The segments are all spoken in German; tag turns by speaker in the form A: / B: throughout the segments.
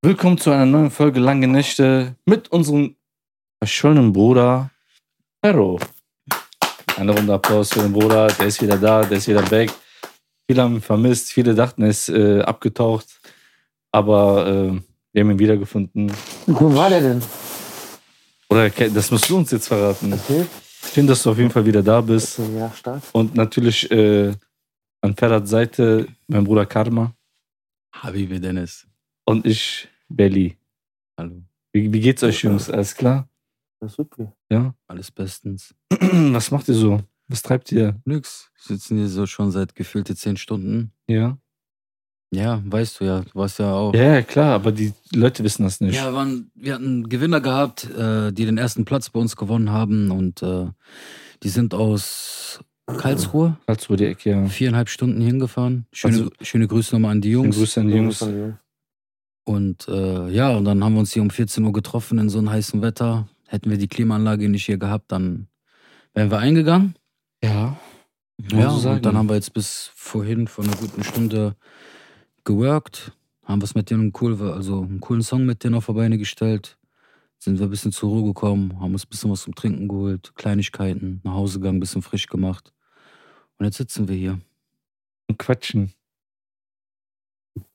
A: Willkommen zu einer neuen Folge Lange Nächte mit unserem schönen Bruder Ferro. Eine Runde Applaus für den Bruder, der ist wieder da, der ist wieder weg. Viele haben ihn vermisst, viele dachten, er ist äh, abgetaucht, aber äh, wir haben ihn wiedergefunden.
B: Wo war der denn?
A: Oder ke- das musst du uns jetzt verraten.
B: Okay.
A: Schön, dass du auf jeden Fall wieder da bist.
B: So, ja, stark.
A: Und natürlich äh, an Ferrats Seite mein Bruder Karma
C: Habibi Dennis.
A: und ich, Belly.
C: Hallo.
A: Wie, wie geht's euch, Jungs? Alles klar?
B: Das ist super.
A: Ja?
C: Alles bestens.
A: Was macht ihr so? Was treibt ihr?
C: Nix. Sitzen hier so schon seit gefühlte zehn Stunden.
A: Ja.
C: Ja, weißt du ja. Du warst ja auch.
A: Ja, ja, klar, aber die Leute wissen das nicht.
C: Ja, waren, wir hatten Gewinner gehabt, äh, die den ersten Platz bei uns gewonnen haben. Und äh, die sind aus Karlsruhe.
A: Karlsruhe, die Ecke, ja.
C: Viereinhalb Stunden hingefahren. Schöne,
A: Also-
C: schöne Grüße nochmal an die
A: Jungs.
C: Jungs.
A: Grüße an die Jungs.
C: Und äh, ja, und dann haben wir uns hier um 14 Uhr getroffen in so einem heißen Wetter. Hätten wir die Klimaanlage nicht hier gehabt, dann wären wir eingegangen.
A: Ja.
C: Ja,
A: so sagen.
C: und dann haben wir jetzt bis vorhin vor einer guten Stunde geworkt, haben was mit denen cool, also einen coolen Song mit denen auf die Beine gestellt, sind wir ein bisschen zur Ruhe gekommen, haben uns ein bisschen was zum Trinken geholt, Kleinigkeiten, nach Hause gegangen, ein bisschen frisch gemacht. Und jetzt sitzen wir hier.
A: Und quatschen.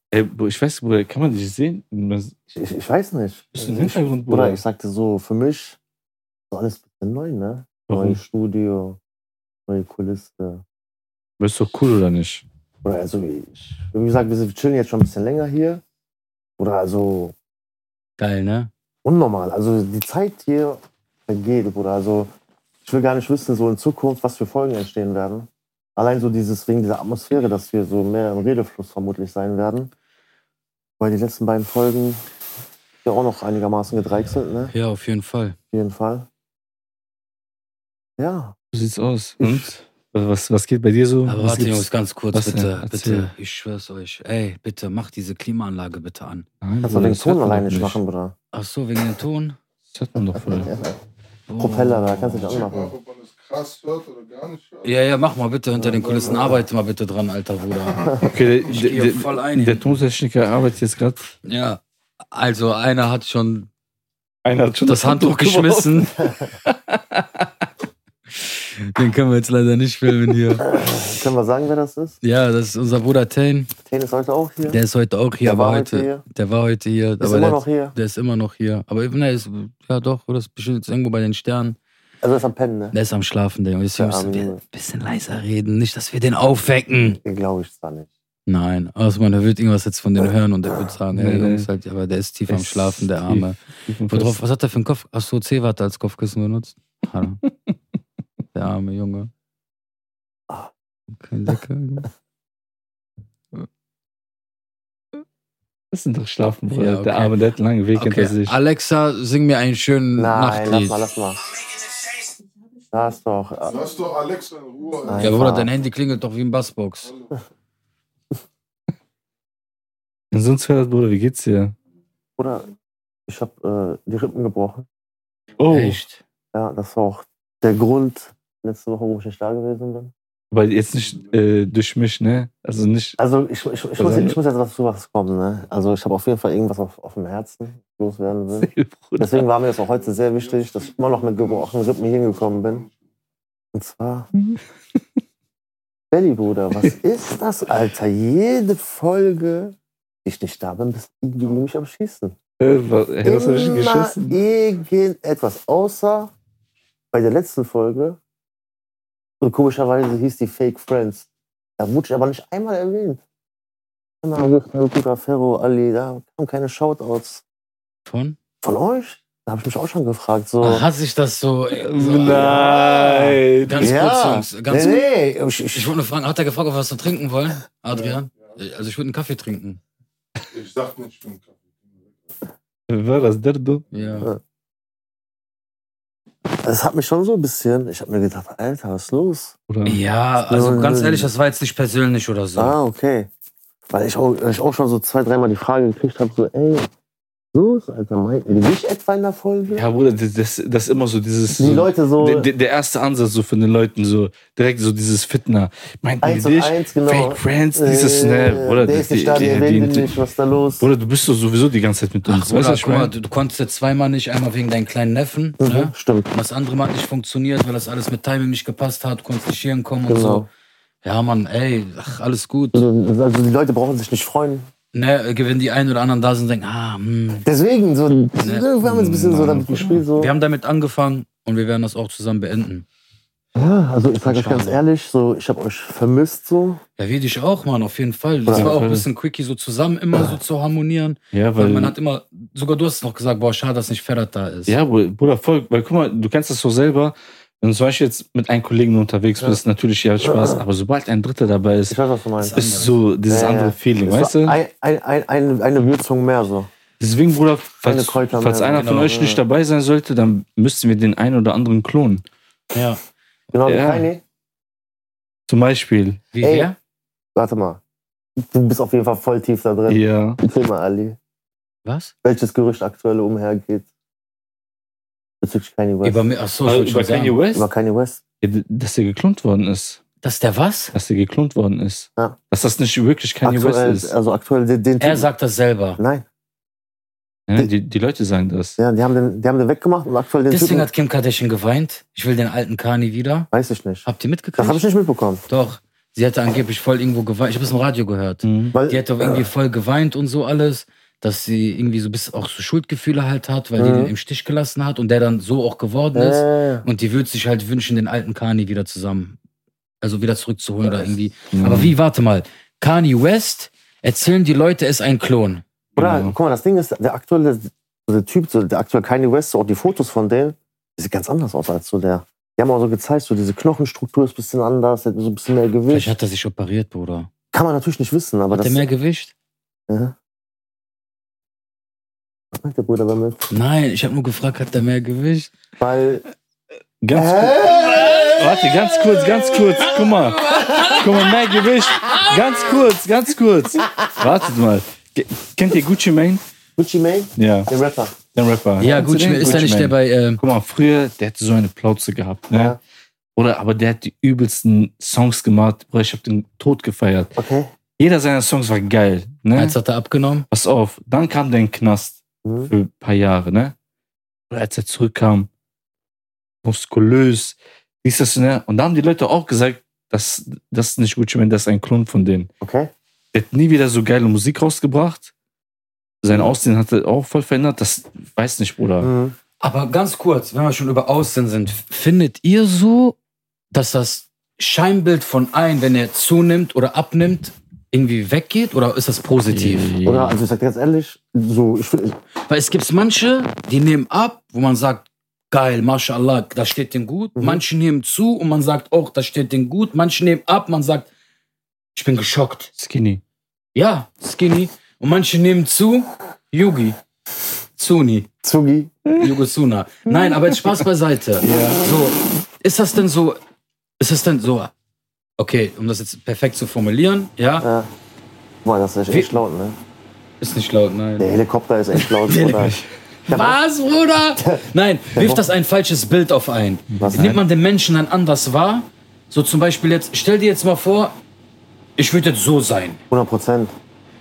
A: Ey, Bro, ich weiß, Bruder, kann man dich sehen? Was-
B: Ich, ich, ich weiß nicht.
A: Bist du im
B: Ich-
A: Hintergrund,
B: Äh, Bruder,
A: Bruder?
B: ich sagte so, für mich so alles ein bisschen neu, ne?
A: Warum?
B: Neues Studio, neue Kulisse.
A: Bist doch cool, oder nicht?
B: Oder also, ich, wie gesagt, wir sind- wir chillen jetzt schon ein bisschen länger hier. Oder also,
C: Geil, ne?
B: unnormal. Also, die Zeit hier vergeht, Bruder. Also, ich will gar nicht wissen, so in Zukunft, was für Folgen entstehen werden. Allein so dieses wegen dieser Atmosphäre, dass wir so mehr im Redefluss vermutlich sein werden. Weil die letzten beiden Folgen ja auch noch einigermaßen gedreichselt, ne?
C: Ja, auf jeden Fall.
B: Auf jeden Fall. Ja,
A: So sieht's aus. Und? Was, was geht bei dir so?
C: Aber
A: was
C: warte,
A: gibt's?
C: Jungs, ganz kurz,
A: Was denn?
C: bitte,
A: Erzähl.
C: bitte, ich schwör's euch. Ey, bitte, macht diese Klimaanlage bitte an.
A: Nein,
B: kannst du
A: Bruder,
B: den
A: das hört
B: Ton
A: man
B: alleine
A: doch
B: nicht
A: nicht.
B: machen, Bruder.
C: Ach so, wegen dem Ton?
A: Das hört man doch voll.
C: Oh.
B: Propeller, da kannst du nicht
D: Check mal,
B: anmachen.
D: ob man das krass hört oder gar nicht hört.
C: Ja, ja, mach mal bitte hinter den Kulissen, arbeite mal bitte dran, alter Bruder.
A: Okay,
C: Ich
A: der,
C: gehe
A: der,
C: voll ein.
A: der, der Tontechniker arbeitet jetzt gerade.
C: Ja, also einer hat schon
A: Einer hat schon
C: das Handtuch geschmissen. Den können wir jetzt leider nicht filmen hier.
B: Können wir sagen, wer das ist?
C: Ja, das ist unser Bruder Tane.
B: Tane ist heute auch hier.
C: Der ist heute auch hier,
B: Der
C: aber
B: war
C: heute,
B: heute hier.
C: der war heute hier.
B: ist
C: aber
B: immer
C: der,
B: noch hier.
C: der ist immer noch hier. Aber ne, ist, ja doch, oder ist bestimmt jetzt irgendwo bei den Sternen.
B: Also ist am Pennen, ne?
C: Der ist am Schlafen, der Junge. Deswegen
B: Der
C: müssen wir
B: arme
C: ein
B: Junge.
C: bisschen leiser reden, nicht, dass wir den aufwecken.
B: Den glaube ich zwar nicht.
C: Nein, also man, der wird irgendwas jetzt von denen hören und der wird sagen, hey,
A: Nee, nee.
C: Jungs, halt, aber der ist tief
A: Der
C: am
A: ist
C: Schlafen, der
A: tief.
C: Arme. Worauf,
A: Worauf?
C: was hat er für einen Kopf? Achso, C-Watte als Kopfkissen benutzt. Hallo. Der arme Junge. Kein Deckel.
A: Das sind doch Schlafen, Bruder.
C: Ja, okay.
A: Der Arme, der hat einen langen Weg hinter
C: Okay.
A: sich.
C: Alexa, sing mir einen schönen
B: Nein, lass
C: Nachtlied.
B: mal, lass mal. Da ist doch. äh,
D: Lass doch Alexa in Ruhe.
B: Nein.
C: ja, Bruder, dein Handy klingelt doch wie ein Bassbox.
D: Hallo.
A: Und sonst, Ferrat, Bruder, wie geht's dir?
B: Bruder, ich habe äh, die Rippen gebrochen.
A: Oh,
C: Echt?
B: Ja, das war auch der Grund letzte Woche, wo ich nicht da gewesen bin.
A: aber jetzt nicht äh, durch mich, ne? Also nicht.
B: Also ich, ich, ich, muss, ich muss jetzt dazu was kommen. Ne? Also ich habe auf jeden Fall irgendwas auf, auf dem Herzen loswerden will.
A: Bruder.
B: Deswegen war mir das auch heute sehr wichtig, dass ich immer noch mit gebrochenen Rippen hier hingekommen bin. Und zwar Belly, Bruder, was ist das, Alter? Jede Folge, die ich nicht da bin, bist du gegen mich am Schießen.
A: Äh, was, hey, was hab ich denn geschissen?
B: irgendetwas. Außer bei der letzten Folge. Und komischerweise hieß die Fake Friends. Da wurde ich aber nicht einmal erwähnt. Immer Luca Ferro, Ali, da kamen keine Shoutouts.
C: Von?
B: Von euch? Da habe ich mich auch schon gefragt. So.
C: Oh, hasse ich das so. äh, so
A: Nein.
C: Ganz
B: Ja.
C: kurz, Jungs. Ganz kurz.
B: nee, nee. Ich, ich,
C: Ich wollte nur fragen, hat er gefragt, ob wir was zu trinken wollen? Adrian?
D: Ja,
C: Also ich würde einen Kaffee trinken.
D: ich dachte nicht, ich bin kaputt.
A: Wer war das? Derdo?
C: Ja.
B: das hat mich schon so ein bisschen. Ich habe mir gedacht, Alter, was ist los?
A: Oder?
C: Ja, also ganz ehrlich, das war jetzt nicht persönlich oder so.
B: Ah, okay. Weil ich auch, ich auch schon so zwei, dreimal die Frage gekriegt habe, so, ey, los, Alter? Meinten die dich etwa in der Folge?
A: Ja, Bruder, das, das, das ist immer so dieses.
B: Die
A: so-
B: Leute so
A: Der, der- der erste Ansatz so von den Leuten, so direkt so dieses Fitner. Meinten die
B: eins und
A: dich?
B: eins, genau.
A: Fake Friends,
B: Äh,
A: dieses ne, Snap, oder?
B: Der ist nicht da, der redet nicht, was ist da los?
A: Bruder, du bist doch sowieso die ganze Zeit mit uns. weißt du,
C: Bruder,
A: was ich
C: guck mal,
A: meine?
C: du, du konntest jetzt zweimal nicht, einmal wegen deinen kleinen Neffen.
B: Mhm,
C: Ne?
B: stimmt.
C: Und das andere Mal hat nicht funktioniert, weil das alles mit Timing nicht gepasst hat. Du konntest nicht hier hinkommen und so.
B: Genau.
C: Ja, Mann, ey, ach, alles gut.
B: Also, also die Leute brauchen sich nicht freuen.
C: Ne, äh, wenn die einen oder anderen da sind und denken, ah, hm.
B: Deswegen, so, wir haben uns ein bisschen so damit gespielt. So.
C: Wir haben damit angefangen und wir werden das auch zusammen beenden.
B: Ja, also ich sage euch
C: Schade.
B: ganz ehrlich, so, ich habe euch vermisst. So.
C: Ja, wir dich auch, Mann, auf jeden Fall. Das
A: Ja,
C: war auch ein
A: voll.
C: bisschen quickie, so zusammen immer so zu harmonieren.
A: Ja,
C: Weil
A: weil.
C: man hat immer, sogar du hast noch gesagt, boah, schade, dass nicht Ferrat da ist.
A: Ja, Br- Bruder, voll. Weil guck mal, du kennst das so selber. Wenn du zum Beispiel jetzt mit einem Kollegen unterwegs bist, natürlich, ja, Spaß. Aber sobald ein Dritter dabei ist,
B: Ich weiß, was du meinst.
C: Das
A: ist so dieses
B: Ja, ja.
A: andere Feeling,
B: Es
A: weißt
B: war
A: du?
B: Ein, ein, ein, ein, eine Würzung mehr so.
A: Deswegen, Bruder,
B: Keine
A: falls,
B: Kräuter
A: falls
B: mehr,
A: einer von
C: genau,
A: euch
B: ja.
A: nicht dabei sein sollte, dann müssten wir den einen oder anderen klonen.
C: ja.
B: Genau,
A: Ja.
B: keine.
A: Zum Beispiel.
C: Wie
B: Ey.
C: wer?
B: Warte mal. Du bist auf jeden Fall voll tief da drin.
A: Ja.
B: Erzähl mal, Ali.
C: Was?
B: Welches Gerücht aktuell umhergeht? Bezüglich Kanye West.
C: Also Über, mir- ach so, ich wollte schon sagen.
A: Äh, West?
B: Über Kanye West.
A: Ja, d- dass der geklont worden ist.
C: Dass der was?
A: Dass der geklont worden ist.
B: Ja.
A: Dass das nicht wirklich Kanye
B: aktuell,
A: West ist.
B: Also aktuell den, den
C: Er
B: Typen-
C: sagt das selber.
B: Nein,
A: ja, die, die Leute sagen das.
B: ja, die, haben den, die haben den weggemacht und aktuell den
C: Deswegen
B: Typen,
C: hat Kim Kardashian geweint. Ich will den alten Kani wieder.
B: weiß ich nicht.
C: Habt ihr
B: Das
C: mitgekriegt?
B: habe ich nicht mitbekommen.
C: Doch. Sie hatte angeblich voll irgendwo geweint. Ich habe es im Radio gehört.
A: Mhm.
B: Weil,
C: Die hat doch irgendwie voll geweint und so alles, dass sie irgendwie so bis auch so Schuldgefühle halt hat, weil die
B: Mhm.
C: den im Stich gelassen hat und der dann so auch geworden ist.
B: äh,
C: Und die würde sich halt wünschen, den alten Kani wieder zusammen, also wieder zurückzuholen oder irgendwie.
A: Mhm.
C: Aber wie, warte mal, Kani West erzählen die Leute, ist ein Klon.
B: oder,
A: Genau.
B: guck mal, das Ding ist, der aktuelle der Typ, so, der aktuelle Kanye West, so auch die Fotos von denen, die sieht ganz anders aus als so der. Die haben auch so gezeigt, so diese Knochenstruktur ist ein bisschen anders, hat so ein bisschen mehr
C: Vielleicht
B: Gewicht.
C: hat er sich operiert, Bruder.
B: Kann man natürlich nicht wissen, aber
C: Hat
B: das.
C: er mehr Gewicht?
B: ja. Was meint der Bruder damit?
C: Nein, ich habe nur gefragt, hat er mehr Gewicht?
B: Weil.
A: Ganz kurz. Warte, ganz kurz, ganz kurz. Guck mal. Guck mal, mehr Gewicht. Ganz kurz, ganz kurz. Wartet mal. Ge- Kennt ihr Gucci Mane?
B: Gucci Mane,
A: Ja,
B: der Rapper.
A: der Rapper.
C: Ja,
A: Kennst du
C: gut,
A: den? Hm?
C: ist er nicht
A: Mane.
C: der bei. Äh,
A: Guck mal, früher, der hatte so eine Plauze gehabt. Ne?
B: Ja.
A: Oder, aber der hat die übelsten Songs gemacht. Bruder, ich hab den Tod gefeiert.
B: Okay.
A: Jeder seiner Songs war geil. Ne?
C: als hat er abgenommen?
A: Pass auf, dann kam der in den Knast
B: Mhm.
A: für ein paar Jahre, ne? Oder als er zurückkam, muskulös, dies, das, ne? Und da haben die Leute auch gesagt, das, das ist nicht Gucci Mane, das ist ein Klon von denen.
B: Okay.
A: Der hat nie wieder so geile Musik rausgebracht. Sein Aussehen hat er auch voll verändert. Das weiß nicht, Bruder.
B: Mhm.
C: Aber ganz kurz, wenn wir schon über Aussehen sind, findet ihr so, dass das Scheinbild von einem, wenn er zunimmt oder abnimmt, irgendwie weggeht oder ist das positiv?
B: Oder, also ich sag dir ganz ehrlich, so, ich finde,
C: Weil es gibt manche, die nehmen ab, wo man sagt, geil, mashallah, das steht denen gut.
B: Mhm.
C: Manche nehmen zu und man sagt auch, das steht denen gut. Manche nehmen ab, man sagt, ich bin geschockt.
A: Skinny.
C: Ja, skinny. Und manche nehmen zu, Yugi, Zuni.
B: Zugi,
C: Jugosuna. Nein, aber jetzt Spaß beiseite. So, ist das denn so, ist das denn so, okay, um das jetzt perfekt zu formulieren, ja,
B: äh, Boah, das ist
C: Wie-
B: echt laut, ne?
C: ist nicht laut,
B: Der
C: nein.
B: Helikopter ist echt laut.
C: Der-
B: Bruder.
C: Was, Bruder? Nein, wirft
B: Woch-
C: das ein falsches Bild auf ein.
B: Was
C: Nimmt man den Menschen dann anders wahr? So zum Beispiel jetzt, stell dir jetzt mal vor, ich würde jetzt so sein.
B: 100 Prozent.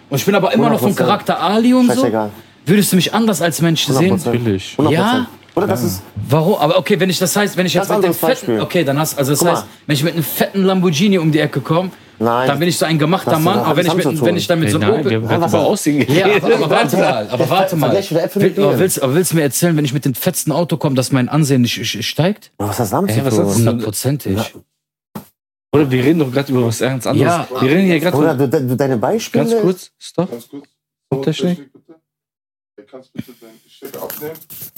C: Und ich bin aber immer noch vom
B: 100%.
C: Charakter Ali und so.
B: Scheißegal.
C: Würdest du mich anders als Mensch sehen?
B: 100%.
A: Natürlich.
B: 100
C: Ja?
B: Oder das ist,
C: Warum? Aber okay, wenn ich das heißt, wenn ich jetzt
B: Ganz
C: mit dem
B: anderes
C: fetten,
B: Beispiel.
C: okay, dann hast also das
B: Guck
C: heißt,
B: mal.
C: wenn ich mit einem fetten Lamborghini um die Ecke komme,
B: Nein.
C: dann bin ich so ein gemachter
B: Das-
C: Mann.
B: das
C: Aber wenn ich
B: hat nichts
C: mit, wenn ich dann mit so einem
A: Nein, wir
C: Opel
A: haben
B: was
A: über
B: hast-
A: Aussehen
C: ja,
A: geredet.
C: aber, aber warte mal, aber warte mal.
B: Vergleich wieder Äpfel
C: Will,
B: mit Birnen.
C: aber, willst, aber willst du mir erzählen, wenn ich mit dem fetten Auto komme, dass mein Ansehen nicht sch- sch- steigt?
B: Bro, was hast du damit
A: Ey,
B: zu
A: was
B: tun?
A: hast
C: Hundertprozentig.
A: Oder wir reden doch gerade über was ganz anderes.
C: Ja.
A: wir reden hier
B: Bruder,
A: gerade
B: du, de, du, deine Beispiele.
A: ganz kurz. Stop.
D: Ganz kurz.
A: Soundtechnik?
D: Soundtechnik bitte. Ja, kannst bitte deinen Stecker abnehmen.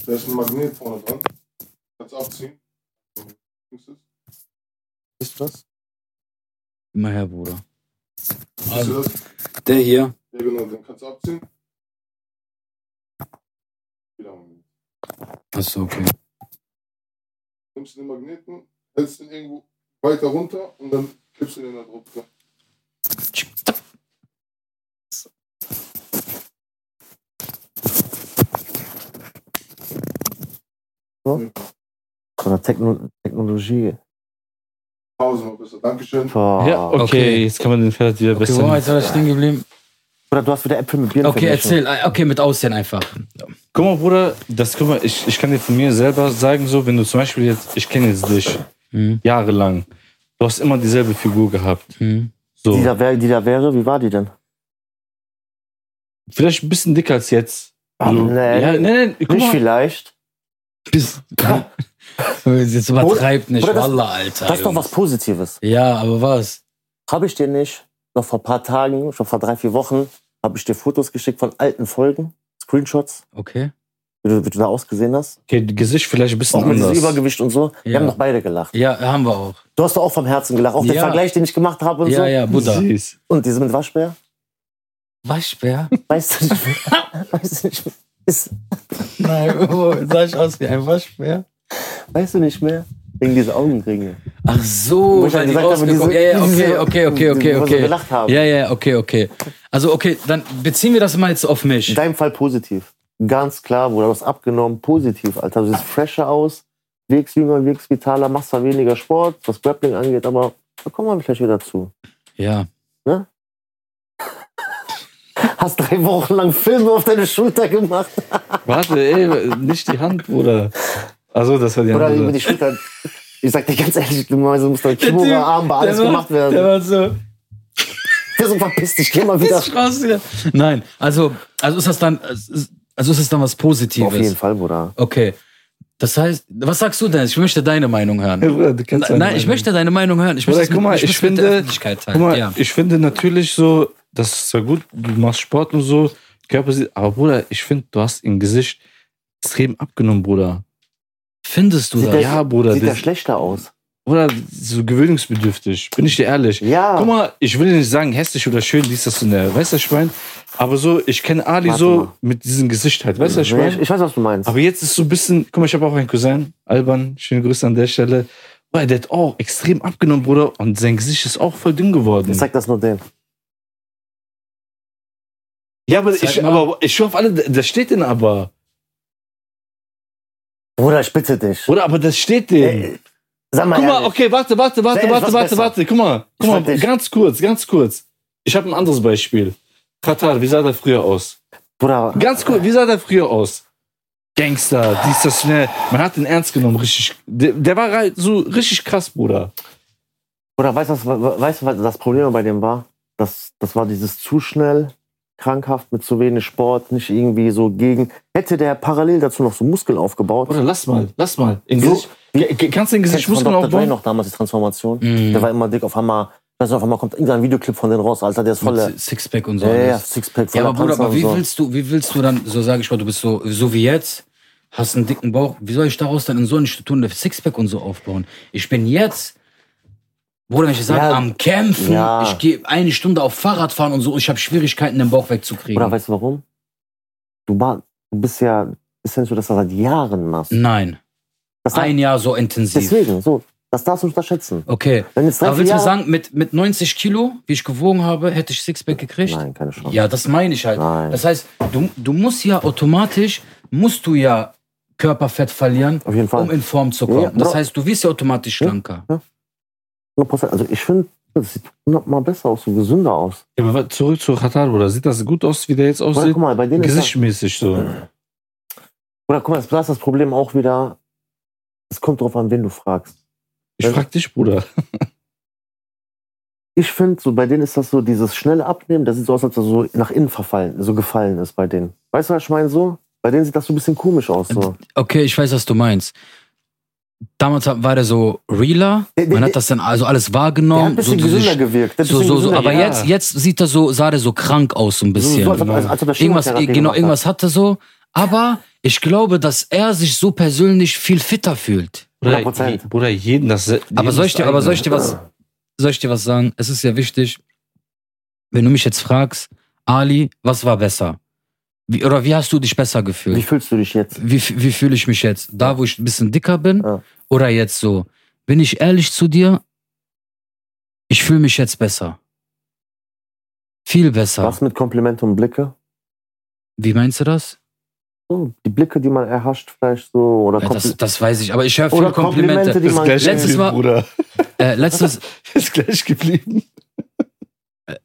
D: Da ist ein Magnet vorne dran. Kannst abziehen. So, siehst du's?
B: Siehst du das?
C: Immer her, Bruder.
D: Siehst du
C: Also,
D: das?
C: der hier.
D: Ja genau, den kannst du abziehen. Wieder Magnet.
C: Achso, okay.
D: Nimmst du den Magneten, hältst ihn irgendwo weiter runter und dann kippst du den da drauf.
B: so. Von der Techno Technologie.
D: Tausendmal besser. Dankeschön.
B: Boah.
A: Ja, okay,
C: Ah, Okay.
A: jetzt kann man den Pferd wieder
C: Okay,
A: besser.
C: wow, jetzt war ich stehen geblieben.
B: Oder du hast wieder Äpfel mit Birnen
C: Okay,
B: verglichen.
C: erzähl. äh, Okay, mit Aussehen einfach.
A: Guck mal, Bruder, das, guck mal, ich, ich kann dir von mir selber sagen, so, wenn du zum Beispiel jetzt, ich kenne jetzt dich
C: Mhm.
A: jahrelang, du hast immer dieselbe Figur gehabt.
C: Mhm.
A: So,
B: Die da, wär, die da wäre, wie war die denn?
A: vielleicht ein bisschen dicker als jetzt.
B: Ah,
A: So,
B: nee.
A: ja, nee, nee, guck
B: Nicht
A: mal.
B: vielleicht.
C: Bis- Jetzt übertreibt nicht.
B: Bruder, das-
C: Wallah, Alter.
B: Das ist doch was Positives.
C: Ja, aber was?
B: Habe ich dir nicht, noch vor ein paar Tagen, schon vor drei, vier Wochen, habe ich dir Fotos geschickt von alten Folgen, Screenshots,
C: Okay.
B: wie du, wie du da ausgesehen hast.
A: Okay, Gesicht vielleicht ein bisschen
B: Auch mit diesem
A: anders.
B: Übergewicht und so. Wir
C: Ja.
B: haben doch beide gelacht.
C: Ja, haben wir auch.
B: Du hast doch auch vom Herzen gelacht. Auch
C: Ja.
B: der Vergleich, den ich gemacht habe und so.
C: Ja, ja, Buddha.
A: Siehst.
B: Und diese mit Waschbär.
C: Waschbär?
B: Weißt du nicht mehr. weißt du nicht mehr. Ist,
C: Nein, oh, sah ich aus wie ein Waschbär?
B: weißt du nicht mehr. Wegen dieser Augenringe.
C: Ach so,
B: Wo ich halt
C: Oh, weil die
B: gesagt habe,
C: rausgekommen
B: diese-
C: ja, ja, okay,
B: diese-
C: okay, okay, okay,
B: wo wir
C: okay.
B: gelacht haben.
C: Ja, ja, okay, okay. Also, okay, dann beziehen wir das mal jetzt auf mich.
B: In deinem Fall positiv. Ganz klar, Bruder, du hast abgenommen. Positiv, Alter. Du siehst fresher aus. Wirkst jünger, wirkst vitaler, machst zwar weniger Sport, was Grappling angeht, aber da kommen wir vielleicht wieder zu.
C: Ja.
B: Hast drei Wochen lang Filme auf deine Schulter gemacht.
A: Warte, ey, nicht die Hand, Bruder. Also, das war die
B: Oder
A: Hand.
B: über
A: Bruder.
B: die Schulter. Ich sag dir ganz ehrlich, du muss dein
C: Der
B: Kimura
C: Typ,
B: Arm bei alles
C: der war-
B: gemacht werden.
C: Der war so,
B: Der so verpiss dich, geh mal wieder.
C: ist raus hier. Nein, also, also ist das dann, also ist das dann was
B: Auf jeden
C: Positives.
B: Fall, Bruder.
C: Okay. Das heißt, was sagst du denn? Ich möchte deine Meinung hören.
A: Bruder, du kennst
C: Nein,
A: meine
C: ich
A: Meinung.
C: möchte deine Meinung hören. Ich
A: Oder,
C: möchte das
A: guck mal,
C: mit,
A: ich
C: möchte mit
A: finde-
C: der Öffentlichkeit
A: Guck
C: teilen.
A: mal,
C: ja.
A: ich finde natürlich so, das ist zwar gut, du machst Sport und so, Körper sieht, aber Bruder, ich finde, du hast im Gesicht extrem abgenommen, Bruder.
C: Findest du
B: Sieht
C: das?
B: der-
A: Ja, Bruder,
B: Sieht ja
A: das,
B: schlechter aus.
A: Bruder, so gewöhnungsbedürftig, bin ich dir ehrlich.
B: Ja.
A: Guck mal, ich will dir nicht sagen, hässlich oder schön, dies, das und der, weißt du, was ich meine? Aber so, ich kenne Ali
B: Warte
A: so
B: mal.
A: mit diesem Gesicht halt, weißt du, was ich
B: Nee, ich,
A: meine?
B: ich weiß, was du meinst.
A: Aber jetzt ist so ein bisschen, guck mal, ich habe auch einen Cousin, Alban, schöne Grüße an der Stelle. Boah, der hat auch extrem abgenommen, Bruder, und sein Gesicht ist auch voll dünn geworden.
B: Ich zeig das nur dem.
A: Ja, aber
C: Zeig
A: ich,
C: mal.
A: aber ich schwör auf alle, das steht denn aber.
B: Bruder, ich bitte dich.
A: Oder aber das steht denn.
B: Ey, sag mal,
A: guck mal,
B: ehrlich.
A: okay, warte, warte, warte,
B: Sag,
A: warte,
B: was
A: warte,
B: besser.
A: warte. Guck mal, guck mal,
B: sag dich.
A: ganz kurz, ganz kurz. Ich habe ein anderes Beispiel. Katar, wie sah der früher aus?
B: Bruder,
A: Ganz kurz, wie sah der früher aus? Gangster, dies, das, schnell. Man hat den ernst genommen, richtig. Der, der war halt so richtig krass, Bruder.
B: Bruder, weißt du, was, we- weißt, du, was das Problem bei dem war? Das, das war dieses zu schnell, krankhaft, mit zu wenig Sport, nicht irgendwie so gegen. Hätte der parallel dazu noch so Muskeln aufgebaut.
A: Bruder, lass mal, lass mal. Im
B: So,
A: Gesicht, Ge- ge- kannst du den
B: Kennst du von
A: Gesichtsmuskeln
B: Dr. Dre
A: aufbauen?
B: noch damals die Transformation.
C: Mhm.
B: Der war immer dick auf Hammer. Weißt du, auf einmal kommt irgendein Videoclip von denen raus, Alter, der ist voller.
C: Mit Sixpack und so.
B: Ja, ja,
C: alles.
B: Sixpack,
C: Ja,
B: voller
C: aber Bruder,
B: Panzer
C: aber wie
B: und so.
C: willst du, wie willst du dann, so sage ich mal, du bist so, so wie jetzt, hast einen dicken Bauch, wie soll ich daraus dann in so eine Stunde Sixpack und so aufbauen? Ich bin jetzt, Bruder, wenn ich sage,
B: Ja.
C: am Kämpfen,
B: Ja.
C: ich gehe eine Stunde auf Fahrrad fahren und so, ich habe Schwierigkeiten, den Bauch wegzukriegen.
B: Oder weißt du warum? Du, war, du bist ja, ist ja nicht so, dass du das seit Jahren machst.
C: Nein,
B: Das darf-
C: ein Jahr so intensiv.
B: deswegen, so, das darfst du nicht unterschätzen.
C: Okay,
B: Wenn jetzt drei,
C: aber
B: vier
C: willst du mir
B: Jahre,
C: sagen, mit, mit 90 Kilo, wie ich gewogen habe, hätte ich Sixpack gekriegt?
B: Nein, keine Chance.
C: Ja, das meine ich halt.
B: Nein.
C: Das heißt, du, du musst ja automatisch, musst du ja Körperfett verlieren,
B: Auf jeden Fall.
C: um in Form zu kommen.
B: Ja,
C: das
B: no.
C: heißt, du wirst ja automatisch schlanker.
B: 100%. Also ich finde, das sieht noch mal besser aus, so gesünder aus.
A: Ja, aber warte, zurück zu Katar, Bruder. Sieht das gut aus, wie der jetzt
B: Oder
A: aussieht?
B: guck mal, bei denen ist das,
A: Gesichtsmäßig so.
B: oder guck mal, da ist das Problem auch wieder, es kommt drauf an, wen du fragst.
A: Ich
B: Also-
A: frag dich, Bruder.
B: Ich finde, so bei denen ist das so dieses schnelle Abnehmen, das sieht so aus, als ob er so nach innen verfallen, so gefallen ist bei denen. Weißt du, was ich meine so? Bei denen sieht das so ein bisschen komisch aus. So.
C: Okay, ich weiß, was du meinst. Damals hat- war der so realer.
B: Der- der-
C: Man hat das dann also alles
B: Der hat
C: wahrgenommen.
B: ein bisschen
C: so, dieses-
B: gesünder gewirkt. Der hat ein
C: so,
B: bisschen
C: so, so.
B: gesünder
C: Aber
A: ja.
C: jetzt, jetzt sieht er so, sah der so krank aus, so ein
B: gewirkt.
C: bisschen. ne?
B: So, also, so, als, ob- als, als ob er
C: irgendwas,
B: Chemotherapie
C: genau,
B: gemacht hat.
C: irgendwas hatte so. Aber ich glaube, dass er sich so persönlich viel fitter fühlt.
A: Bruder,
B: 100%.
A: je- Bruder jeden das.
C: Aber
A: jedem
C: soll
A: das
C: ich dir, aber
A: eigene.
C: soll ich dir was, soll ich dir was sagen? Es ist ja wichtig, wenn du mich jetzt fragst, Ali, was war besser? Wie, oder wie hast du dich besser gefühlt?
B: Wie fühlst du dich jetzt?
C: wie, f- wie fühle ich mich jetzt? Da, wo ich ein bisschen dicker bin?
B: Ja.
C: Oder jetzt so? Bin ich ehrlich zu dir? Ich fühle mich jetzt besser. Viel besser.
B: Was mit Komplimente und Blicke?
C: Wie meinst du das?
B: so, die Blicke, die man erhascht, vielleicht so. Oder
C: Ja,
B: Kompli-
C: das, das weiß ich, aber ich höre viele
B: Oder
C: Komplimente.
B: Komplimente, die man
A: gleich
C: Letztes
A: geblieben,
C: Mal-
A: Bruder.
C: Äh, letztes,
A: Ist gleich geblieben.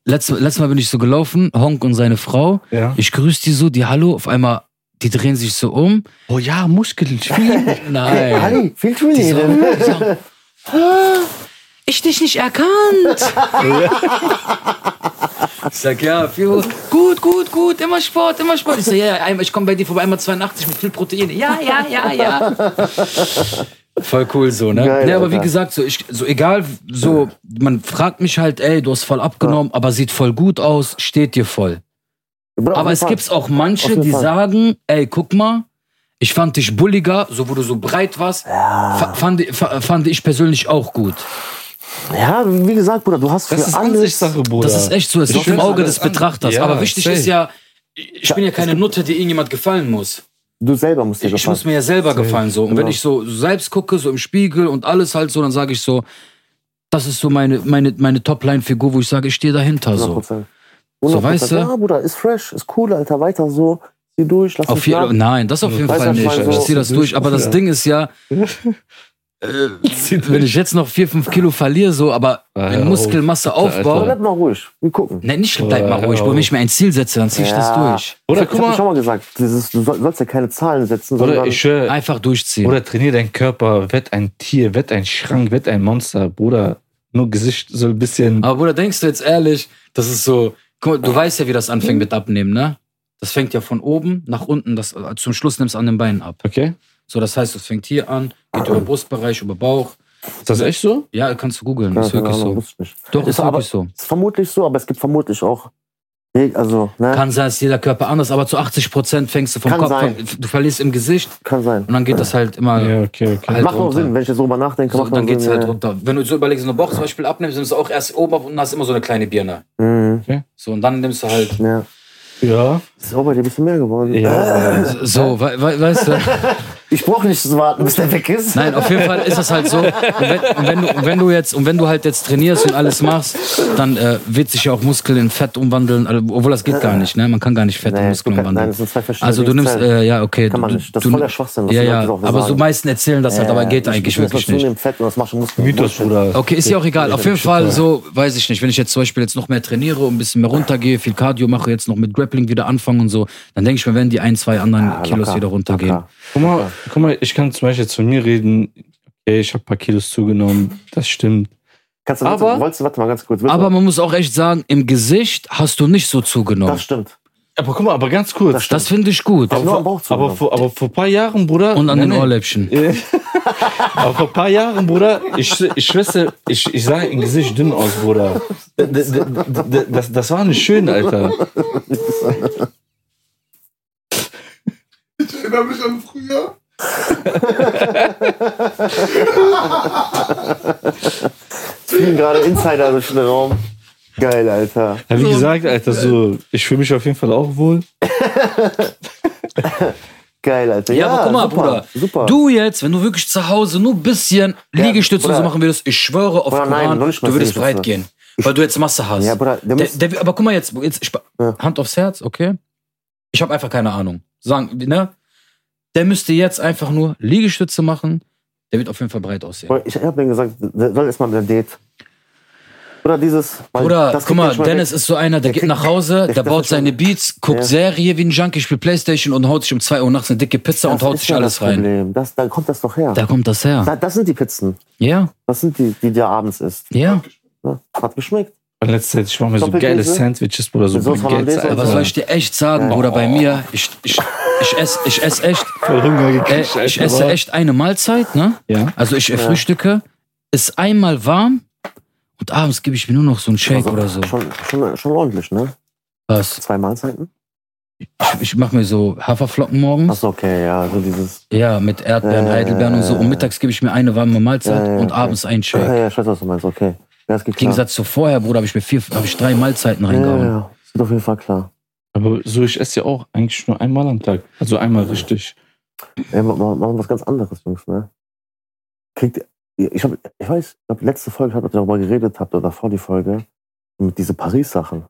C: letztes, letztes Mal bin ich so gelaufen, Honk und seine Frau.
A: Ja.
C: Ich grüße die so, die Hallo, auf einmal, die drehen sich so um.
A: Oh ja, Muskeln, viel.
B: Hey,
C: Nein.
B: Harry, viel
C: Die so,
B: trainieren.
C: die so, Ah, ich dich nicht erkannt. Ich sag, ja, viel, gut, gut, gut, immer Sport, immer Sport. Ich sag, ja, ja, einmal- ich komme bei dir vorbei, einmal 82 mit viel Protein. Ja, ja, ja, ja. Voll cool so, ne?
B: Geil,
C: nee, aber wie
B: Alter.
C: gesagt, so, ich, so egal, so, man fragt mich halt, ey, du hast voll abgenommen, aber sieht voll gut aus, steht dir voll.
B: Bruder, auf
C: Aber
B: jeden
C: es
B: Fall.
C: gibt auch
B: Auf
C: manche,
B: jeden
C: die
B: Fall.
C: sagen, ey, guck mal, ich fand dich bulliger, so wo du so breit warst, fa- fand, fa- fand ich persönlich auch gut.
B: Ja, wie gesagt, Bruder, du hast für
A: Das ist
B: alles.
A: Ansichtssache, Bruder.
C: Das ist echt so, es
A: Ich
C: ist auf dem
A: find's
C: Auge
A: alles
C: des
A: an-
C: Betrachters.
A: Ja,
C: Aber wichtig
A: safe.
C: ist ja, ich bin ja keine Nutte, die irgendjemand gefallen muss.
B: Du selber musst dir
C: Ich
B: gefallen.
C: muss mir ja selber gefallen so. Und wenn
B: Genau.
C: ich so selbst gucke, so im Spiegel und alles halt so, dann sage ich so, das ist so meine, meine, meine Topline-Figur, wo ich sage, ich stehe dahinter so.
B: 100%.
C: So, weißt du?
B: Ja, Bruder, ist fresh, ist cool, Alter, weiter so. Zieh durch, lass
C: Auf
B: uns
C: jeden,
B: nach.
C: nein, das auf jeden
B: Weißt
C: Fall
B: du,
C: nicht.
B: ich meine
C: Ich
B: so-
C: ziehe das durch. Aber das
A: Ja.
C: Ding ist ja, äh, wenn ich jetzt noch 4, 5 Kilo verliere, so, aber
A: Ah,
C: wenn
A: ja,
C: Muskelmasse
A: auf.
B: Aber
C: aufbaue,
B: bleib mal ruhig. Wir gucken.
C: ne, nicht
A: Ah,
C: bleib mal ruhig,
A: ja,
C: aber wenn
A: auf.
C: ich mir ein Ziel setze, dann ziehe ich das
B: Ja.
C: durch.
A: Oder
B: ich hab
A: guck
B: dir schon
A: mal,
B: mal gesagt, dieses, du soll- sollst ja keine Zahlen setzen,
A: oder
B: sondern
A: ich schwöre,
C: Einfach durchziehen.
A: Bruder, trainier deinen Körper, werd ein Tier, werd ein Schrank, werd ein Monster, Bruder. Nur Gesicht so ein bisschen.
C: Aber Bruder, denkst du jetzt ehrlich, das ist so, guck mal, du weißt ja, wie das anfängt mit Abnehmen, ne? Das fängt ja von oben nach unten, das, äh, zum Schluss nimmst du an den Beinen ab.
A: Okay?
C: So, das heißt, es fängt hier an, geht über Brustbereich, über Bauch.
A: Ist das echt so?
C: Ja, kannst du googeln,
B: Ja,
C: ist
B: keine
C: wirklich
B: Ahnung,
C: so.
B: wusste ich nicht.
C: Doch, ist
B: Ist aber-
C: wirklich so.
B: Ist vermutlich so, aber es gibt vermutlich auch. Reg- Also, ne? Kann,
C: Kann sein, ist jeder Körper anders, aber zu 80 Prozent fängst du vom
B: Kann
C: Kopf,
B: sein.
C: du verlierst im Gesicht
B: sein.
C: und dann geht das halt immer,
A: Ja, okay, okay.
C: Halt
B: macht auch
C: runter.
B: Sinn, wenn ich jetzt drüber nachdenke,
C: so,
B: macht auch
C: dann
B: Sinn.
C: geht's halt
B: ja.
C: runter. Wenn du so überlegst, wenn du Box zum Beispiel abnimmst, nimmst du auch erst oben ab und unten hast immer so eine kleine Birne.
B: Mhm.
C: So, und dann nimmst du halt
B: Ja.
A: Ja.
B: Ist auch bei dir ein bisschen mehr geworden.
A: Ja.
C: so, we we weißt du.
B: Ich brauche nicht zu warten, bis der weg ist.
C: Nein, auf jeden Fall ist das halt so. Und wenn, und wenn, du, und wenn du jetzt und wenn du halt jetzt trainierst und alles machst, dann äh, wird sich ja auch Muskel in Fett umwandeln. Also, Obwohl das geht gar nicht, ne? Man kann gar nicht Fett in
B: Nee, du
C: Muskel
B: kann- nein,
C: umwandeln.
B: das sind zwei verschiedene
C: Also du nimmst,
B: Lebenszeit.
C: äh, ja okay,
B: Kann man
C: du,
B: nicht. Das
C: du,
B: ist voll der Schwachsinn, was
C: Ja
B: die
C: ja,
B: Leute auch
C: aber so
B: sagen.
C: meisten erzählen das halt, aber geht eigentlich wirklich nicht.
B: Im Fett und das machst du Muskeln.
A: Mythos, Bruder.
C: Okay, ist ja auch egal. Auf jeden Fall so, weiß ich nicht. Wenn ich jetzt zum Beispiel jetzt noch mehr trainiere und ein bisschen mehr runtergehe, viel Cardio mache, jetzt noch mit Grappling wieder anfangen und so, dann denke ich mir, werden die ein, zwei anderen
B: Ja,
C: Kilos
B: locker,
C: wieder runtergehen.
B: locker.
A: Guck mal, guck mal, ich kann zum Beispiel jetzt von mir reden. Okay, ich habe ein paar Kilos zugenommen. Das stimmt.
B: Kannst du,
A: Aber-
B: aber, wolltest du, warte mal ganz kurz. willst du-
C: Aber man muss auch echt sagen, im Gesicht hast du nicht so zugenommen.
B: das stimmt.
A: Aber guck mal, aber ganz kurz.
B: Das
C: Das finde ich gut.
B: Ich hab nur am Bauch
A: aber,
B: zugenommen.
A: vor, aber vor ein paar Jahren, Bruder.
C: Und an
A: Nein,
C: den
A: nein.
C: Ohrläppchen.
A: Äh, aber vor ein paar Jahren, Bruder, ich, ich schwöre, ich, ich sah im Gesicht dünn aus, Bruder. D- d- d- d- Das, das war nicht schön, Alter.
D: Ich erinnere mich an früher.
B: Es fliegen gerade Insider durch den Raum. Geil, Alter.
A: Ja, wie gesagt, Alter, so, ich fühle mich auf jeden Fall auch wohl.
B: Geil, Alter.
C: Ja, aber guck mal,
B: super,
C: Bruder.
B: Super.
C: Du jetzt, wenn du wirklich zu Hause nur ein bisschen
B: Ja,
C: Liegestütze und so
B: Bruder.
C: machen würdest, ich schwöre auf
B: Bruder, nein,
C: Koran,
B: noch nicht mal
C: du würdest
B: Liegestütze.
C: breit gehen. Weil du jetzt Masse hast.
B: Ja, Bruder, der
C: der,
B: muss,
C: der, aber guck mal jetzt, jetzt spa-
B: Ja.
C: Hand aufs Herz, okay? Ich habe einfach keine Ahnung. Sagen, ne? Der müsste jetzt einfach nur Liegestütze machen. Der wird auf jeden Fall breit aussehen.
B: Bruder, ich hab ihm gesagt, der soll erstmal mit der Date. Oder dieses. weil
C: Bruder,
B: das
C: guck
B: kriegt er
C: mal,
B: nicht weg.
C: Dennis ist so einer, der,
B: Der
C: geht
B: kriegt-
C: nach Hause,
B: der
C: der
B: kriegt
C: baut
B: das schon
C: seine
B: weg.
C: Beats, guckt
B: Ja.
C: Serie wie ein Junkie, spielt Playstation und haut sich um 2 Uhr nachts eine dicke Pizza
B: Das
C: und haut
B: ist
C: sich
B: ja
C: alles
B: das
C: rein.
B: Problem. Das, da kommt das doch her.
C: Da kommt das her.
B: Da, das sind die Pizzen.
C: Ja,
B: Das sind die, die der abends isst.
C: ja.
B: Ja, hat geschmeckt.
A: Und letzte Zeit, ich mache mir so
B: Doppelkäse?
A: geile Sandwiches, Bruder, so
B: Mit Soße
A: Baguettes,
B: Hollandaise
A: Alter.
B: und
C: Was soll ich dir echt sagen, Bruder, bei mir? Ich, ich, ich esse ich ess echt,
A: Voll Hunger
C: äh,
A: gekriegt,
C: ich
A: Alter,
C: esse
A: aber-
C: echt eine Mahlzeit, ne?
A: Ja.
C: Also ich äh, frühstücke, ist einmal warm und abends gebe ich mir nur noch so einen Shake oder so.
B: Also Schon, schon, schon ordentlich, ne?
C: Was?
B: Zwei Mahlzeiten?
C: Ich, ich mache mir so Haferflocken morgens.
B: Achso, okay, ja, so dieses.
C: Ja, mit Erdbeeren,
B: Äh,
C: Heidelbeeren und so. Und mittags gebe ich mir eine warme Mahlzeit
B: äh,
C: und
B: äh,
C: abends einen
B: Ja,
C: Shake.
B: ja, ich weiß, was du meinst, okay. Ja, es geht
C: Im
B: klar.
C: Gegensatz zu vorher, Bruder, habe ich mir vier, habe ich drei Mahlzeiten
B: ja, ja,
C: reingehauen.
B: ja. Ist auf jeden Fall klar.
A: Aber so, ich esse ja auch eigentlich nur einmal am Tag. Also einmal richtig.
B: Ey, ma- ma- machen was ganz anderes, Jungs, ne? Kriegt, ich, hab, ich weiß, ich glaub, letzte Folge habt ihr darüber geredet habt oder vor die Folge, mit diese Paris-Sachen.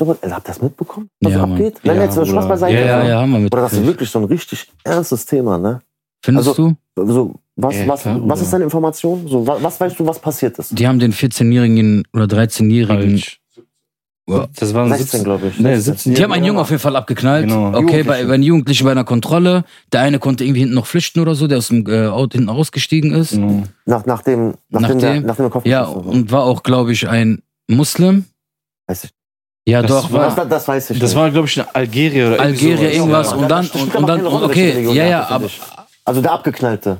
B: Robert, Alter, habt ihr das mitbekommen, was
C: Ja, Mann.
B: abgeht? Nein,
A: Ja,
B: jetzt Spaß
A: Bruder.
B: beiseite.
C: Ja, ja, ja, haben wir mit.
B: Oder das ist wirklich so ein richtig ernstes Thema, ne?
C: Findest
B: also-
C: du?
B: So, was,
A: Ja,
B: was,
A: klar,
B: was
A: Bruder.
B: ist deine Information? So, was, was weißt du, was passiert ist?
C: Die haben den 14-Jährigen oder 13-Jährigen.
A: Falsch.
C: Ja.
A: Halt. Das waren
B: 16,
A: 17.
B: glaube ich.
A: Nee, 17
C: Die haben einen Jungen auf jeden Fall abgeknallt.
A: Genau.
C: Okay, bei,
B: Jugendliche.
C: bei einem Jugendlichen bei einer Kontrolle. Der eine konnte irgendwie hinten noch flüchten oder so, der aus dem äh, Auto hinten rausgestiegen ist.
B: Mhm.
A: Genau.
B: Nach, nach dem, nach, dem, der,
C: Nachdem-
B: nach dem Kopf.
C: Ja, und war auch, glaube ich, ein Muslim.
B: weiß ich,
C: Ja,
A: Das
C: doch,
B: das,
C: war
B: das, das weiß ich
A: Das
B: nicht.
A: war, glaube ich, in Algerien oder irgendwie
C: Algerien,
A: sowas.
C: irgendwas.
A: Ja.
C: Und dann,
B: Das spielt
C: und,
B: aber
C: und dann,
B: keine
C: und
B: Rolle, welche
C: okay,
B: Religion
C: ja,
B: er
C: ja,
B: hatte,
C: aber.
B: finde ich. Also der Abgeknallte.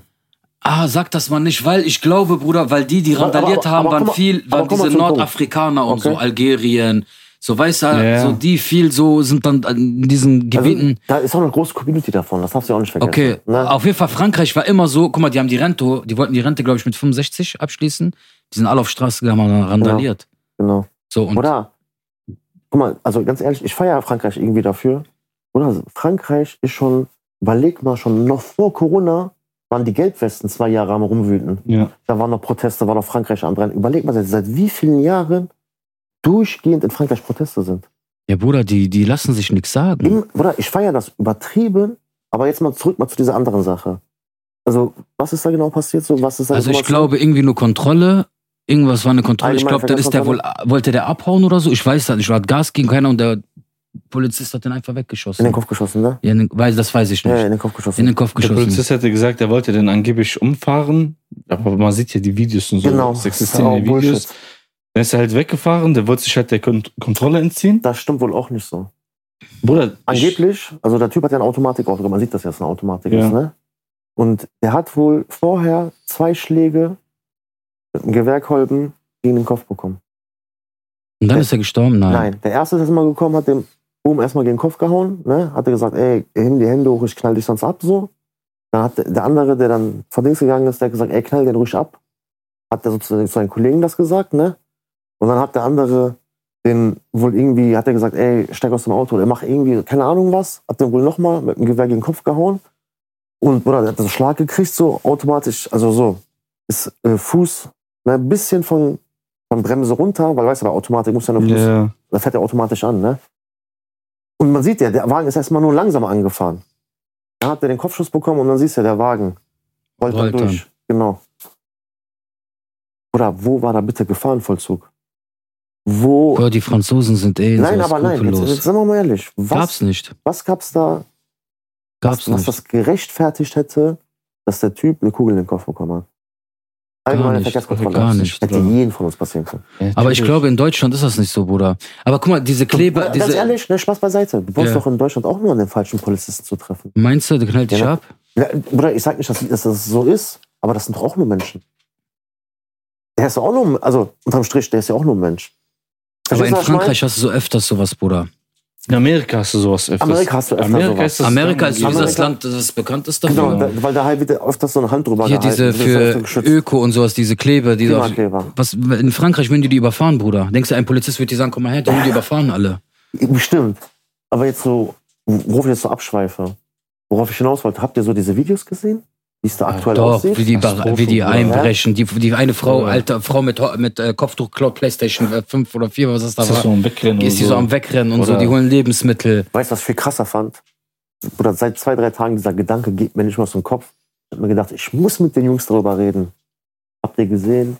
C: Ah, sag das mal nicht, weil ich glaube, Bruder, weil die, die
B: Aber-
C: randaliert
B: aber-
C: haben,
B: aber
C: waren
B: guck mal-
C: viel,
B: aber
C: waren
B: guck mal
C: diese
B: zum Punkt.
C: Nordafrikaner und
B: Okay.
C: so, Algerien. So, weißt du,
A: Ja.
C: so die viel so sind dann in diesen
B: Also,
C: Gebieten.
B: da ist auch eine große Community davon, das darfst du ja auch nicht vergessen.
C: Okay,
B: Ne?
C: auf jeden Fall Frankreich war immer so, guck mal, die haben die Rente, die wollten die Rente, glaube ich, mit 65 abschließen. Die sind alle auf Straße gegangen, haben randaliert.
B: Genau.
C: So, und
B: Oder, guck mal, also ganz ehrlich, ich feiere Frankreich irgendwie dafür. Oder Also, Frankreich ist schon, überleg mal, schon noch vor Corona waren die Gelbwesten zwei Jahre am Rumwüten.
A: Ja.
B: Da waren noch Proteste, war noch Frankreich am Brennen. Überleg mal, seit, seit wie vielen Jahren durchgehend in Frankreich Proteste sind.
C: ja, Bruder, die, die lassen sich nichts sagen.
B: Im, oder ich feiere das übertrieben, aber jetzt mal zurück mal zu dieser anderen Sache. Also, was ist da genau passiert? So, was ist da
C: Also ich
B: Information?
C: glaube irgendwie nur Kontrolle. Irgendwas war eine Kontrolle. Ich
B: Allgemeine
C: glaube, dann ist der wohl, wollte der abhauen oder so. Ich weiß das nicht. Er hat Gas gegen keiner und der Polizist hat den einfach
B: In
C: weggeschossen.
B: den Kopf geschossen, ne?
C: ja, in den, weiß, das weiß ich
B: Ja,
C: nicht.
B: in den Kopf geschossen.
C: In den Kopf
A: Der
C: geschossen.
A: Polizist hätte gesagt, er wollte den angeblich umfahren. Aber man sieht ja die Videos und so.
B: genau.
A: Es existieren
B: Oh,
A: die Videos.
B: Bullshit.
A: Dann ist er halt weggefahren, der wollte sich halt der Kon Kontrolle entziehen.
B: Das stimmt wohl auch nicht so.
A: Bruder, ich,
B: Angeblich, also der Typ hat ja ein Automatikauto, man sieht das ja, dass es ein Automatik
A: Ja.
B: ist, ne? Und der hat wohl vorher zwei Schläge mit einem Gewehrkolben gegen den Kopf bekommen.
C: Und dann ist er gestorben. Nein.
B: Nein, der erste ist erstmal gekommen, hat dem Boom erstmal gegen den Kopf gehauen, ne? Hat er gesagt, ey, nimm die Hände hoch, ich knall dich sonst ab, so. Dann hat der andere, der dann von links gegangen ist, der hat gesagt, ey, knall den ruhig ab. Hat er sozusagen zu seinen Kollegen das gesagt, ne? Und dann hat der andere den wohl irgendwie, hat er gesagt, ey, steig aus dem Auto oder mach irgendwie, keine Ahnung was, hat den wohl nochmal mit dem Gewehr gegen den Kopf gehauen. Und, oder, der hat so einen Schlag gekriegt, so automatisch, also so, ist äh, Fuß, ne, ein bisschen von, von Bremse runter, weil, weißt du, bei Automatik muss ja noch Fuß
A: ja,
B: das fährt er automatisch an, ne? Und man sieht ja, der Wagen ist erstmal nur langsam angefahren. Dann hat er den Kopfschuss bekommen und dann siehst du, der Wagen rollt dann
C: Rollt dann.
B: durch. Genau. Oder wo war da bitte Gefahrenvollzug? Wo?
C: Boah, die Franzosen sind eh
B: nein,
C: so
B: aber nein, jetzt,
C: skrupellos.
B: jetzt sind wir mal ehrlich. Was,
C: Gab's nicht.
B: was gab's da,
C: Gab's
B: was
C: nicht.
B: das gerechtfertigt hätte, dass der Typ eine Kugel in den Kopf bekommen hat? Allgemeine
C: nicht.
B: Verkehrskontrolle.
C: Gar nicht,
B: Hätte
A: Bruder.
B: jeden von uns passieren können.
A: ja,
C: aber ich
A: natürlich.
C: glaube, in Deutschland ist das nicht so, Bruder. Aber guck mal, diese Kleber,
B: Ganz
C: diese.
B: ehrlich, ne, Spaß beiseite. Du brauchst
C: Ja.
B: doch in Deutschland auch nur an den falschen Polizisten zu treffen.
C: Meinst du, der knallt dich
B: Ja,
C: ab?
B: Ja, Bruder, ich sag nicht, dass, dass das so ist, aber das sind doch auch nur Menschen. Der ist ja auch nur, also unterm Strich, der ist ja auch nur ein Mensch.
C: Aber in
B: Verstehst du, was ich
C: Frankreich hast du so öfters sowas, Bruder.
A: In Amerika hast du sowas öfters.
B: Amerika hast du öfter
A: Amerika
B: sowas.
A: ist das
C: Amerika ist so
A: gang und
C: das
A: gäbe.
C: Land, das bekannt ist
B: meine?
C: dafür.
B: Genau, da, weil da halt wird öfters so eine Hand drüber
C: Hier
B: gehalten.
C: diese
B: Das ist
C: für
B: so geschützt.
C: Öko und sowas, diese Kleber, die auf,
B: Klimakleber.
C: was in Frankreich würden die die überfahren, Bruder. Denkst du, ein Polizist wird dir sagen, komm mal her, die, die überfahren alle.
B: Bestimmt. Aber jetzt so, worauf ich jetzt so abschweife, worauf ich hinaus wollte, habt ihr so diese Videos gesehen? Wie es da aktuell
C: Doch,
B: aussieht?
C: wie die,
A: Katastrophe,
C: wie die
A: Bruder.
C: einbrechen. Die, die eine Frau,
A: Ja.
C: alte Frau mit, Ho- mit äh, Kopftuch, klaut Playstation äh, 5 oder 4, was das da
A: Ist das
C: war.
A: so ein Wegrennen
C: Ist die so am Wegrennen und so,
A: Oder-
C: die holen Lebensmittel.
B: Weißt du, was ich viel krasser fand? Bruder, seit zwei, drei Tagen dieser Gedanke geht mir nicht mehr aus dem Kopf. Ich hab mir gedacht, ich muss mit den Jungs darüber reden. Habt ihr gesehen,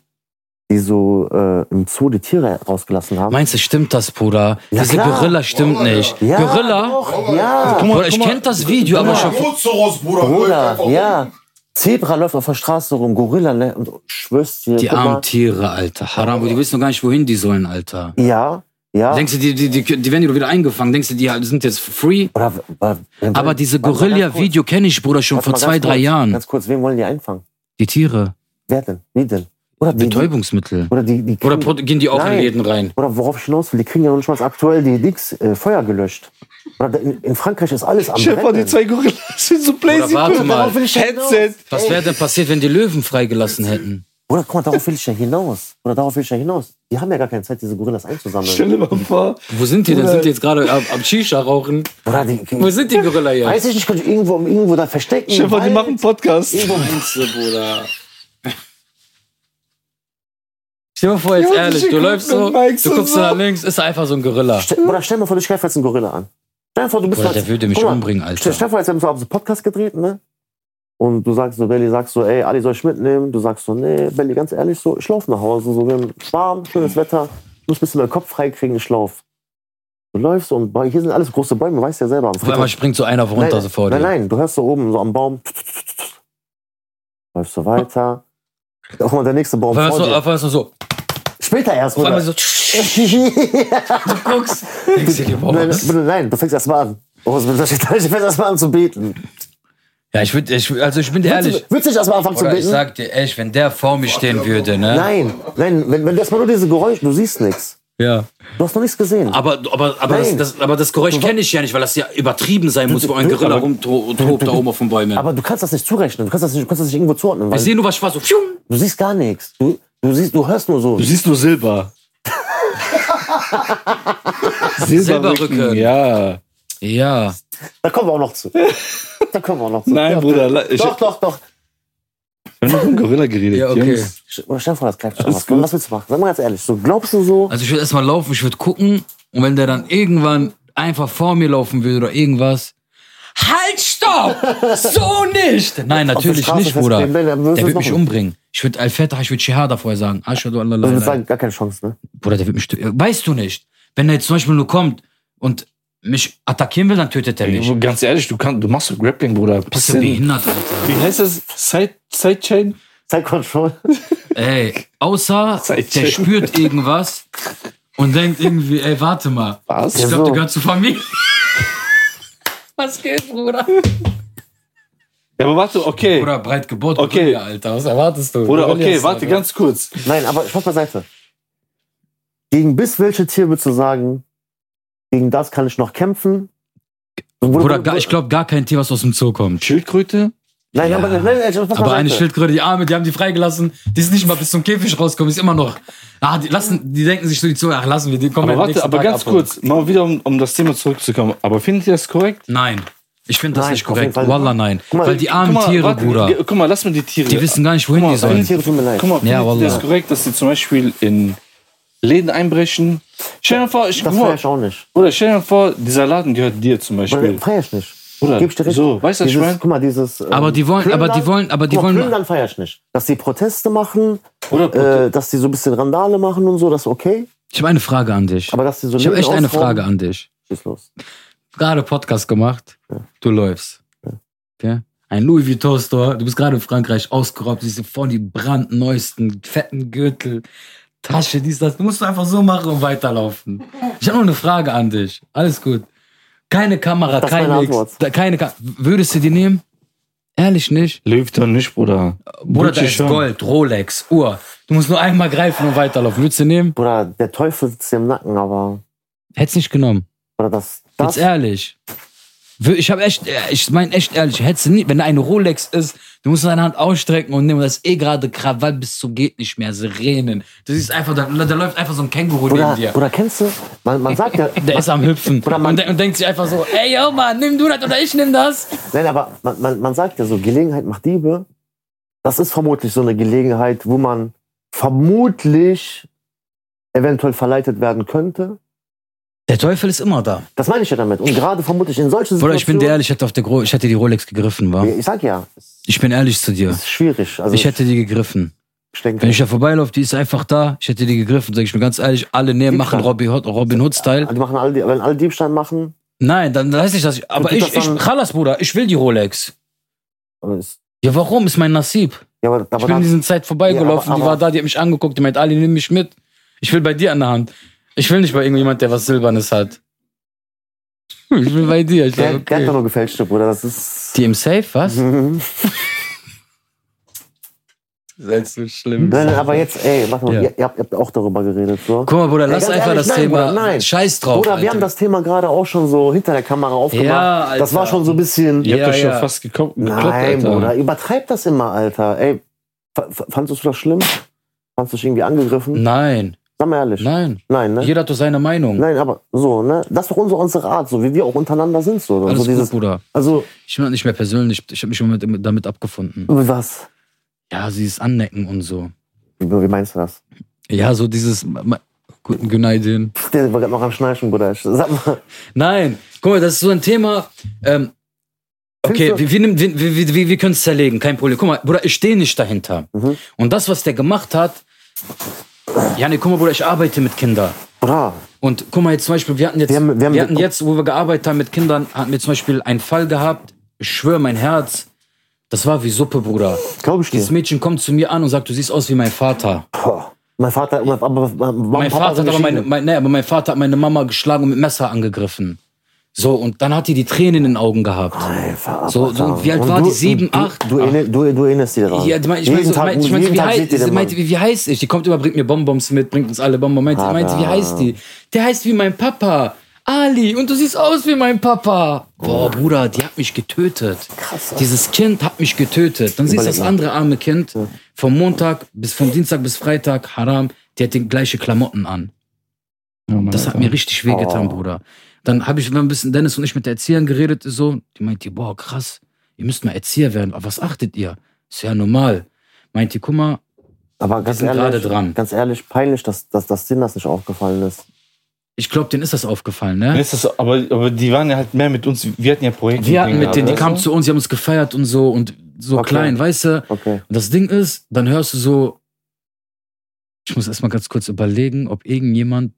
B: die so äh, im Zoo die Tiere rausgelassen haben?
C: Meinst du, stimmt das, Bruder?
B: Ja,
C: Diese
B: klar.
C: Gorilla stimmt
D: Oh, ja.
C: nicht.
B: ja,
C: Gorilla?
B: Doch, ja,
A: mal,
C: Bruder, ich
A: guck mal.
C: kenne das Video, aber
B: mal.
C: schon.
D: Rhinoceros, Bruder.
B: Bruder,
D: Einfach um.
B: ja. Zebra läuft auf der Straße rum, Gorilla, ne? Und ich schwör's dir,
C: Die
B: guck
C: armen
B: mal.
C: Tiere, Alter. Haram, die wissen noch gar nicht, wohin die sollen, Alter.
B: Ja, ja.
C: Denkst du, die, die, die, die werden doch wieder eingefangen? Denkst du, die sind jetzt free?
B: Oder, aber,
C: Aber diese
B: Warte mal ganz
C: Gorilla-Video kenne ich, Bruder,
B: kurz.
C: schon vor
B: Warte mal
C: zwei,
B: ganz
C: drei
B: kurz,
C: Jahren.
B: Ganz kurz, wen wollen die einfangen?
C: Die Tiere.
B: Wer denn? Wie denn? Oder die, die,
C: Betäubungsmittel.
B: oder die, die
C: Oder
B: kriegen-
C: pro- gehen die auch
B: Mhm. Nein.
C: in Läden rein?
B: Oder worauf ich hinaus will, die kriegen ja noch nicht mal aktuell die Dings äh, Feuer gelöscht. Oder da- in, in Frankreich ist alles am
A: Schäfer, die
B: Brennen.
A: zwei Gorillas sind so
C: Oder warte
A: Blazy.
C: mal,
B: ich ja hinaus.
A: Headset.
C: was wäre denn passiert, wenn die Löwen freigelassen hätten?
B: Oder guck mal, darauf will ich ja hinaus. Oder darauf will ich ja hinaus. Die haben ja gar keine Zeit, diese Gorillas
A: Stell
B: einzusammeln.
A: dir mal vor.
C: Wo sind die denn? Sind die jetzt gerade am, am Shisha rauchen?
B: Oder die,
C: Wo sind die Gorilla jetzt?
B: weiß ich nicht, könnte ich irgendwo, irgendwo da verstecken.
A: Schäfer, die
B: Wald,
A: machen einen Podcast.
B: irgendwo.
C: Meinst du, Bruder? Stell dir mal vor, jetzt
A: Junge,
C: ehrlich,
A: die
C: du
A: gucken
C: läufst so,
A: und meinst
C: du
A: so
C: guckst
A: so.
C: nach links, ist einfach so ein Gorilla.
B: Ste Bruder, stell mal vor, du schreibst jetzt einen Gorilla an. Stell dir vor, du bist
C: Ah. Bruder,
B: als-
C: der würde mich
B: Guck mal,
C: umbringen,
B: Ste- Stell
C: Alter.
B: dir vor, jetzt haben wir so einen Podcast gedreht, ne? Und du sagst so, Belly, sagst so, ey, Ali, soll ich mitnehmen? Du sagst so, nee, Belly, ganz ehrlich, so, ich lauf nach Hause, so, wir haben warm, schönes Wetter, muss ein bisschen meinen Kopf freikriegen, ich lauf. Du läufst und bei- hier sind alles große Bäume, weißt ja selber. Am
C: Auf einmal springt so einer runter
B: nein,
C: so vor
B: Nein,
C: dir.
B: nein, du hörst so oben so am Baum. Läufst du weiter. Guck mal, der nächste Baum
C: Auf einmal
B: vor
C: so,
B: dir.
C: auf einmal so, so,
B: Später erst,
C: auf einmal
B: Bruder.
C: so, du guckst, denkst dir, boah,
B: nein,
C: was?
B: nein, nein, du fängst erst mal an. Oh, du fängst erst mal an zu beten.
C: Ja, ich würde, ich, also ich bin dir ehrlich.
B: Willst du nicht erst mal anfangen zu
C: Oder ich
B: beten?
C: sag dir echt, wenn der vor mir stehen würde, ne?
B: Nein, nein, wenn, wenn du erst mal nur diese Geräusche, du siehst nichts.
C: Ja.
B: Du hast noch nichts gesehen.
E: Aber, aber, aber, das,
B: Nein.
E: das, aber das Geräusch kenne ich ja nicht, weil das ja übertrieben sein muss, wo ein Gorilla rumtobt da oben auf den Bäumen.
B: Aber du kannst das nicht zurechnen, du kannst das nicht, du kannst das nicht irgendwo zuordnen,
E: ich
B: weil
E: sehe nur was schwarz, so, pfium.
B: du siehst gar nichts. Du, du, siehst, du hörst nur so.
A: Du siehst nur Silber.
C: Silberrücken.
A: Ja.
C: Ja.
B: Da kommen wir auch noch zu. Da kommen wir auch noch zu.
A: Nein,
B: Ja,
A: Bruder. la- Ich
B: Doch, doch, doch.
A: habe nur von Gorilla geredet.
C: Ja, okay.
A: Jungs.
B: Oder Stefan, das greift schon was. Was willst du machen? Sag mal ganz ehrlich, so glaubst du so?
C: Also ich würde erstmal laufen, ich würde gucken und wenn der dann irgendwann einfach vor mir laufen würde oder irgendwas. Halt, stopp! So nicht! Nein, natürlich
B: Straße
C: nicht, Bruder.
B: festkleben,
C: Der
B: dann wirst du
C: wird
B: es
C: mich
B: machen.
C: umbringen. Ich würde Al-Fatah, ich würde Shihada vorher sagen. Ashadu Allah,
B: Also,
C: la
B: ich würd
C: ilaha
B: sagen, gar keine Chance, ne?
C: Bruder, der wird mich töten. Weißt du nicht. Wenn er jetzt zum Beispiel nur kommt und mich attackieren will, dann tötet er mich.
A: Ey, Ganz ehrlich, du, kannst, du machst so Grappling, Bruder.
C: Bist
A: Piss
C: du
A: hin.
C: behindert, Alter?
A: Wie heißt das? Side, Sidechain?
B: Zeit Control.
C: Ey, außer der
A: Seitdem.
C: spürt irgendwas und denkt irgendwie, ey, warte mal.
A: Was?
C: Ich glaube,
B: so.
C: du gehörst zur Familie. Was geht, Bruder?
A: Ja, aber warte, okay.
C: Bruder, breit gebohrt.
A: Okay.
C: Gorilla, Alter, was erwartest du?
A: Bruder, okay,
C: Gorillas,
A: warte
C: Alter.
A: ganz kurz.
B: Nein, aber Spaß beiseite. Gegen bis welche Tier würdest du sagen, gegen das kann ich noch kämpfen? So, Bruder,
C: Bruder, gar, ich glaube, gar kein Tier, was aus dem Zoo kommt.
A: Schildkröte?
B: Nein,
C: Ja.
B: aber, nein, nein, Spaß
C: Aber eine
B: beiseite.
C: Schildkröte, die Arme, die haben die freigelassen. Die sind nicht mal bis zum Käfig rausgekommen, ist immer noch. Ah, die, lassen, die denken sich so, die Zoo, ach, lassen wir, die kommen
A: Aber
C: am
A: warte,
C: nächsten
A: aber
C: Tag
A: ganz
C: abholen.
A: kurz, mal wieder um, um das Thema zurückzukommen. Aber findet ihr das korrekt?
C: Nein, ich finde das
B: Nein,
C: nicht
B: auf jeden
C: korrekt.
B: Fall.
C: Wallah, nein.
B: Guck mal,
C: Weil die armen
A: Guck mal,
C: Tiere,
A: warte,
C: Bruder,
A: ge- Guck mal, lass mal die Tiere.
C: die wissen gar nicht, wohin
A: Guck mal,
C: die
A: wenn
C: sollen.
B: Tiere tun mir leid.
A: Guck mal,
C: Ja,
A: findet ihr
C: wallah.
A: das korrekt, dass sie zum Beispiel in Läden einbrechen? Stell dir vor, ich,
B: Das
A: guck
B: feier
A: mal,
B: ich auch nicht.
A: oder stell dir vor, dieser Laden gehört dir zum
B: Weil
A: Beispiel.
B: feier ich nicht.
A: Bruder,
B: Gib ich dir recht.
A: so, weißt du, was ich
B: dieses,
A: meine?
B: Guck mal, dieses. ähm,
C: Aber die wollen- aber die
B: Plündern-
C: wollen- aber die
B: Guck mal,
C: wollen-
B: Plündern feier ich nicht. Dass die Proteste machen,
A: Oder-
B: äh, dass die so ein bisschen Randale machen und so, das ist okay.
C: Ich habe eine Frage an dich.
B: Aber dass die so
C: Ich habe
B: Läden
C: echt eine
B: ausrauben,
C: Frage an dich.
B: Schieß los.
C: Gerade Podcast gemacht, du läufst. Okay? Ein Louis Vuitton Store, du bist gerade in Frankreich ausgeraubt, diese vorne die brandneuesten, fetten Gürtel, Tasche, dies, das. Du musst einfach so machen und weiterlaufen. Ich habe nur eine Frage an dich. Alles gut. Keine Kamera,
B: Das ist
C: kein
B: meine
C: nix.
B: Antwort.
C: Da- Keine Ka Würdest du die nehmen? Ehrlich nicht?
A: Löw doch nicht, Bruder.
C: Bruder, da
A: Gucci
C: ist
A: schon.
C: Gold, Rolex, Uhr. Du musst nur einmal greifen und weiterlaufen. Würdest du nehmen?
B: Bruder, der Teufel sitzt dir im Nacken, aber.
C: Hätt's nicht genommen.
B: Oder das. das
C: Jetzt ehrlich. Wir- Ich habe echt, äh, ich meine echt ehrlich, hättest du nie, wenn da eine Rolex ist, du musst deine Hand ausstrecken und nehmen, das ist eh gerade Krawall bis zum geht nicht mehr, Sirenen. Du siehst einfach, da, da läuft einfach so ein Känguru
B: Bruder,
C: neben dir.
B: Bruder, kennst du? Man, man sagt ja.
C: Der ist am Hüpfen
B: Bruder, man-
C: und, de und denkt sich einfach so, ey, yo, Mann, nimm du das oder ich nimm das.
B: Nein, aber man, man, man sagt ja so, Gelegenheit macht Diebe. Das ist vermutlich so eine Gelegenheit, wo man vermutlich eventuell verleitet werden könnte.
C: Der Teufel ist immer da.
B: Das meine ich ja damit. Und gerade vermutlich in solchen
C: Bruder,
B: Situationen.
C: ich bin dir ehrlich, ich hätte, auf der Gro ich hätte die Rolex gegriffen, war.
B: Ich sag ja, es
C: Ich bin ehrlich zu dir.
B: ist schwierig. Also
C: Ich hätte die gegriffen.
B: ich denke,
C: Wenn ich da vorbeilaufe, die ist einfach da, ich hätte die gegriffen, sag ich mir ganz ehrlich, alle nehmen, machen Robin Hood- Robin Hood-Style.
B: die machen alle, wenn alle Diebstahl machen,
C: Nein, dann weiß ich das. Aber
B: tut
C: ich,
B: das
C: ich,
B: dann-
C: Chalas, Bruder, ich will die Rolex.
B: dann ist,
C: Ja, warum? Ist mein Nasib.
B: ja, aber,
C: Ich
B: aber
C: bin in
B: dann,
C: diesen Zeit vorbeigelaufen,
B: Ja, aber-
C: die
B: aber-
C: war da, die hat mich angeguckt, die meint, Ali, nimm mich mit. Ich will bei dir an der Hand. Ich will nicht bei irgendjemand, der was Silbernes hat. Hm, Ich will bei dir. Ich
B: der,
C: sag,
B: der hat doch
C: okay.
B: nur gefälschte, Bruder. Das ist.
C: Die im Safe, was?
B: Mhm.
C: Selbst so schlimm.
B: Nein, nein, aber jetzt, ey, mach mal,
C: Ja.
B: ihr, ihr, habt, ihr habt auch darüber geredet, so.
C: Guck mal, Bruder,
B: Ey,
C: lass
B: ganz
C: einfach
B: ehrlich,
C: das
B: nein,
C: Thema.
B: Bruder, nein.
C: Scheiß drauf.
B: Oder wir
C: Alter.
B: haben das Thema gerade auch schon so hinter der Kamera aufgemacht.
C: Ja, Alter.
B: Das war schon so ein bisschen.
A: Ihr habt
C: Ja,
A: euch schon
C: ja.
A: fast gekoppt. gekloppt,
B: Nein,
A: Alter.
B: Bruder, übertreib das immer, Alter. Ey, fa- fa- fandest du das schlimm? Fandest du dich irgendwie angegriffen?
C: Nein,
B: Sag mal ehrlich.
C: nein.
B: Nein, ne?
C: Jeder hat doch seine Meinung.
B: Nein, aber so, ne? Das ist doch unsere, unsere Art, so wie wir auch untereinander sind. So,
C: Alles
B: so
C: gut,
B: dieses,
C: Bruder.
B: also,
C: Ich bin nicht mehr persönlich. Ich habe mich schon mit, damit abgefunden.
B: was?
C: Ja, sie ist annecken und so.
B: Wie, wie meinst du das?
C: Ja, so dieses. ma- ma- Guten Günaydin.
B: Pff, Der war gerade noch am Schnarchen, Bruder. Sag mal,
C: Nein, guck mal, das ist so ein Thema. Ähm, okay,
B: Findest
C: wir, wir, nehmen- wir, wir, wir, wir können es zerlegen, kein Problem. Guck mal, Bruder, ich stehe nicht dahinter.
B: Mhm.
C: Und das, was der gemacht hat. Ja, nee, guck mal, Bruder, ich arbeite mit Kindern.
B: Bruder,
C: Und guck mal, jetzt zum Beispiel, wir hatten jetzt,
B: Wir
C: wir,
B: haben- wir haben-
C: hatten jetzt wo wir gearbeitet haben mit Kindern, hatten wir zum Beispiel einen Fall gehabt. Ich schwöre, mein Herz, das war wie Suppe, Bruder.
B: glaube ich
C: Dieses
B: dir.
C: Mädchen kommt zu mir an und sagt, du siehst aus wie mein Vater.
B: Boah. Mein Vater, mein, aber, mein,
C: mein
B: Papa
C: Vater
B: sind
C: hat aber meine,
B: geschieden.
C: mein, nee, aber mein Vater hat meine Mama geschlagen und mit Messer angegriffen. So, und dann hat die die Tränen in den Augen gehabt.
B: Alter,
C: So, so,
B: Alter.
C: wie alt
B: Und
C: war
B: du-
C: die? Sieben,
B: du-
C: acht?
B: Du, ähnel- du, du erinnerst dich daran.
C: Ja, die meint, ich meine,
B: jeden
C: so,
B: Tag,
C: meint, ich mein, so, wie,
B: jeden Tag
C: heiß,
B: seht ihr
C: sie
B: den Mann.
C: meint, wie, wie heißt ich? Die kommt immer, bringt mir Bonbons mit, bringt uns alle Bonbons. Meint, sie, meint, wie heißt die? Der heißt wie mein Papa. Ali, und du siehst aus wie mein Papa. Boah, Bruder, die hat mich getötet. Krass. Dieses Kind hat mich getötet. Dann siehst du das andere arme Kind vom Montag bis vom Dienstag bis Freitag, Haram, die hat die gleiche Klamotten an. Das hat mir richtig wehgetan,
A: Oh.
C: Bruder. Dann habe ich wir haben ein bisschen Dennis und ich mit der Erzieherin geredet, so. Die meint die, boah, krass, ihr müsst mal Erzieher werden. Auf was achtet ihr? Ist ja normal. Meint die, guck mal,
B: Aber ganz
C: sind gerade
B: ehrlich,
C: dran.
B: ganz ehrlich, peinlich, dass, dass, dass denen das nicht aufgefallen ist.
C: ich glaube, denen ist das aufgefallen, ne?
A: Ist das, aber, aber die waren ja halt mehr mit uns. Wir hatten ja Projekte.
C: Wir hatten mit denen, die
A: weißt
C: kamen
A: du?
C: zu uns, die haben uns gefeiert und so und so
B: Okay.
C: klein, weißt du?
B: Okay.
C: Und das Ding ist, dann hörst du so, ich muss erstmal ganz kurz überlegen, ob irgendjemand,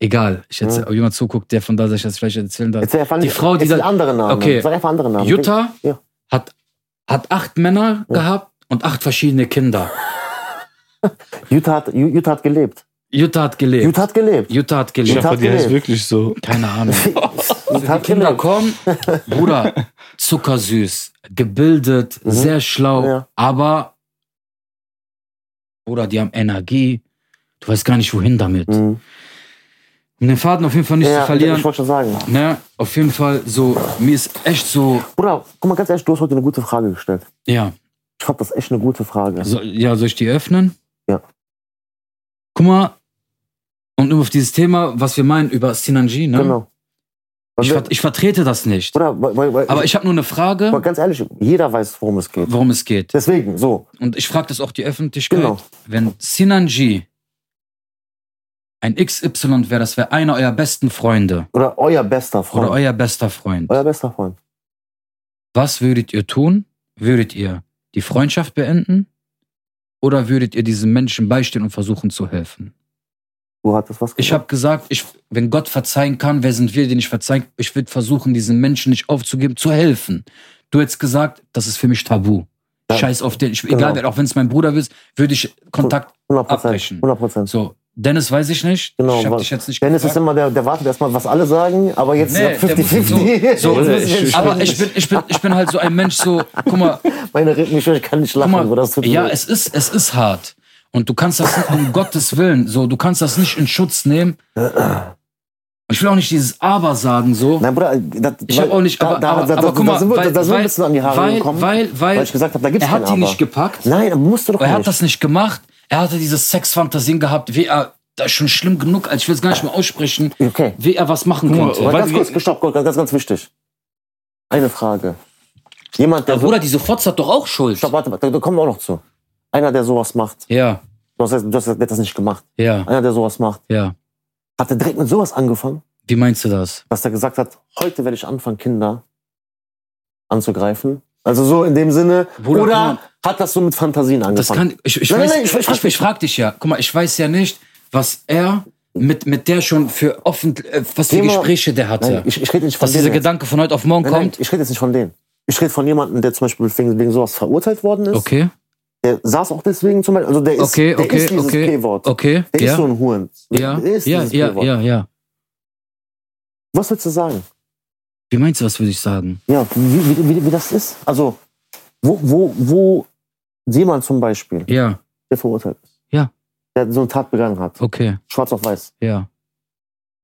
C: egal, ich jetzt
B: Ja.
C: ob jemand zuguckt, der von da sich das vielleicht erzählen darf.
B: Jetzt einfach
C: Die Frau, die
B: jetzt
C: da-
B: andere Namen.
C: Okay.
B: Sag einfach andere Namen.
C: Jutta
B: Ja.
C: hat, hat acht Männer gehabt und acht verschiedene Kinder.
B: Jutta hat, Ju- Jutta hat gelebt.
C: Jutta hat gelebt.
B: Jutta hat gelebt.
C: Jutta hat
A: Ich
C: gelebt.
B: Jutta-
A: hoffe, die heißt
B: Gelebt.
A: wirklich so.
C: Keine Ahnung.
B: Jutta
C: Die
B: hat
C: Kinder
B: gelebt.
C: kommen, Bruder, zuckersüß, gebildet, sehr schlau,
B: Mhm. Ja.
C: aber Bruder, die haben Energie. Du weißt gar nicht, wohin damit.
B: Mhm.
C: Um den Faden auf jeden Fall nicht
B: Ja,
C: zu
B: ich
C: verlieren.
B: wollte schon sagen.
C: Ne, auf jeden Fall so, mir ist echt so,
B: Bruder, guck mal ganz ehrlich, du hast heute eine gute Frage gestellt.
C: ja.
B: Ich fand das echt eine gute Frage.
C: So, ja, soll ich die öffnen?
B: Ja.
C: Guck mal, und nur auf dieses Thema, was wir meinen über Sinanji, ne?
B: Genau.
C: Ich,
B: Weil-
C: ver ich vertrete das nicht.
B: Bruder, weil, weil, weil,
C: Aber ich habe nur eine
B: aber
C: Frage,
B: ganz ehrlich, jeder weiß, worum es geht.
C: worum es geht.
B: Deswegen, so,
C: Und ich frage das auch die Öffentlichkeit.
B: genau.
C: Wenn Sinanji ein XY wäre, das wäre einer eurer besten Freunde
B: Oder euer bester
C: oder
B: Freund.
C: euer bester Freund.
B: Euer bester Freund.
C: Was würdet ihr tun? Würdet ihr die Freundschaft beenden? Oder würdet ihr diesem Menschen beistehen und versuchen zu helfen?
B: Du hattest was
C: Ich habe gesagt, ich, wenn Gott verzeihen kann, wer sind wir, den ich verzeihen Ich würde versuchen, diesen Menschen nicht aufzugeben, zu helfen. Du hättest gesagt, das ist für mich tabu.
B: Ja.
C: Scheiß auf den. Ich,
B: Genau.
C: Egal, wer, auch wenn es mein Bruder ist, würde ich Kontakt.
B: 100
C: abbrechen.
B: Prozent. 100 Prozent.
C: So, Dennis weiß ich nicht.
B: Genau,
C: ich habe
B: was-
C: dich jetzt nicht
B: Dennis ist
C: gefragt.
B: immer der, der wartet erstmal, was alle sagen, aber jetzt
C: Nee, der muss-
B: 50-50.
C: so,
B: Jetzt
C: so,
B: müssen wir
A: ich-
C: aber ich bin, ich, bin, ich bin halt so ein Mensch, so, guck mal,
B: Meine Rippen, ich kann nicht lachen,
C: Guck mal,
B: Bruder, das tut mir
C: ja,
B: leid.
C: es ist, es ist hart. Und du kannst das nicht, um Gottes Willen, so, du kannst das nicht in Schutz nehmen. Ich will auch nicht dieses Aber sagen, so.
B: Nein, Bruder, das,
C: ich habe
B: weil-
C: auch nicht,
B: da,
C: aber,
B: da,
C: aber,
B: da,
C: aber
B: da,
C: guck mal,
B: da sind wir,
C: weil,
B: da sind wir
C: weil,
B: ein bisschen an die Haare
C: weil,
B: gekommen.
C: Weil, weil,
B: weil ich gesagt habe, da gibt's
C: er hat
B: kein
C: die
B: Aber.
C: nicht gepackt,
B: Nein, da musst du doch
C: er hat
B: nicht.
C: das nicht gemacht, er hatte diese Sexfantasien gehabt, wie er, das ist schon schlimm genug, als ich will es gar nicht mehr aussprechen,
B: okay.
C: wie er was machen konnte.
B: Aber ganz
A: Weil-
B: kurz, gestoppt, ganz, ganz, ganz wichtig. Eine Frage. Jemand, der
C: Ja,
B: so,
C: Bruder, diese Fotz hat doch auch Schuld.
B: stopp, warte, warte, da kommen wir auch noch zu. Einer, der sowas macht,
C: Ja,
B: du hast, du hast der hat das nicht gemacht.
C: ja,
B: Einer, der sowas macht,
C: ja.
B: hat er direkt mit sowas angefangen,
C: Wie meinst du das?
B: dass er gesagt hat, heute werde ich anfangen, Kinder anzugreifen. Also so in dem Sinne.
C: Bruder, guck
B: oder
C: mal.
B: hat das so mit Fantasien
C: Das
B: angefangen?
C: kann ich ich
B: Nein,
C: weiß,
B: nein, nein, ich
C: ich,
B: weiß-
C: ich, ich, frag dich ja. Guck mal, ich weiß ja nicht, was er mit mit der schon für offen äh, was für
B: Thema-
C: Gespräche der hatte.
B: Nein, ich, ich rede nicht von
C: dass dieser
B: denen. jetzt.
C: Gedanke von heute auf morgen
B: Nein, nein,
C: kommt.
B: ich rede jetzt nicht von denen. Ich rede von jemandem, der zum Beispiel wegen, wegen sowas verurteilt worden ist.
C: Okay,
B: Der saß auch deswegen zum Beispiel. Also der ist,
C: okay,
B: der
C: okay,
B: ist dieses
C: okay,
B: P-Wort.
C: okay.
B: Der ist so
C: Ja,
B: ein Huren.
C: ja,
B: Der ist
C: ja,
B: dieses
C: ja,
B: P-Wort.
C: ja, ja.
B: Was willst du sagen?
C: Wie meinst du, was würde ich sagen?
B: Ja, wie, wie, wie, wie das ist? Also, wo, wo, wo jemand zum Beispiel,
C: Ja,
B: der verurteilt ist,
C: Ja.
B: der so eine Tat begangen hat,
C: okay,
B: schwarz auf weiß,
C: ja.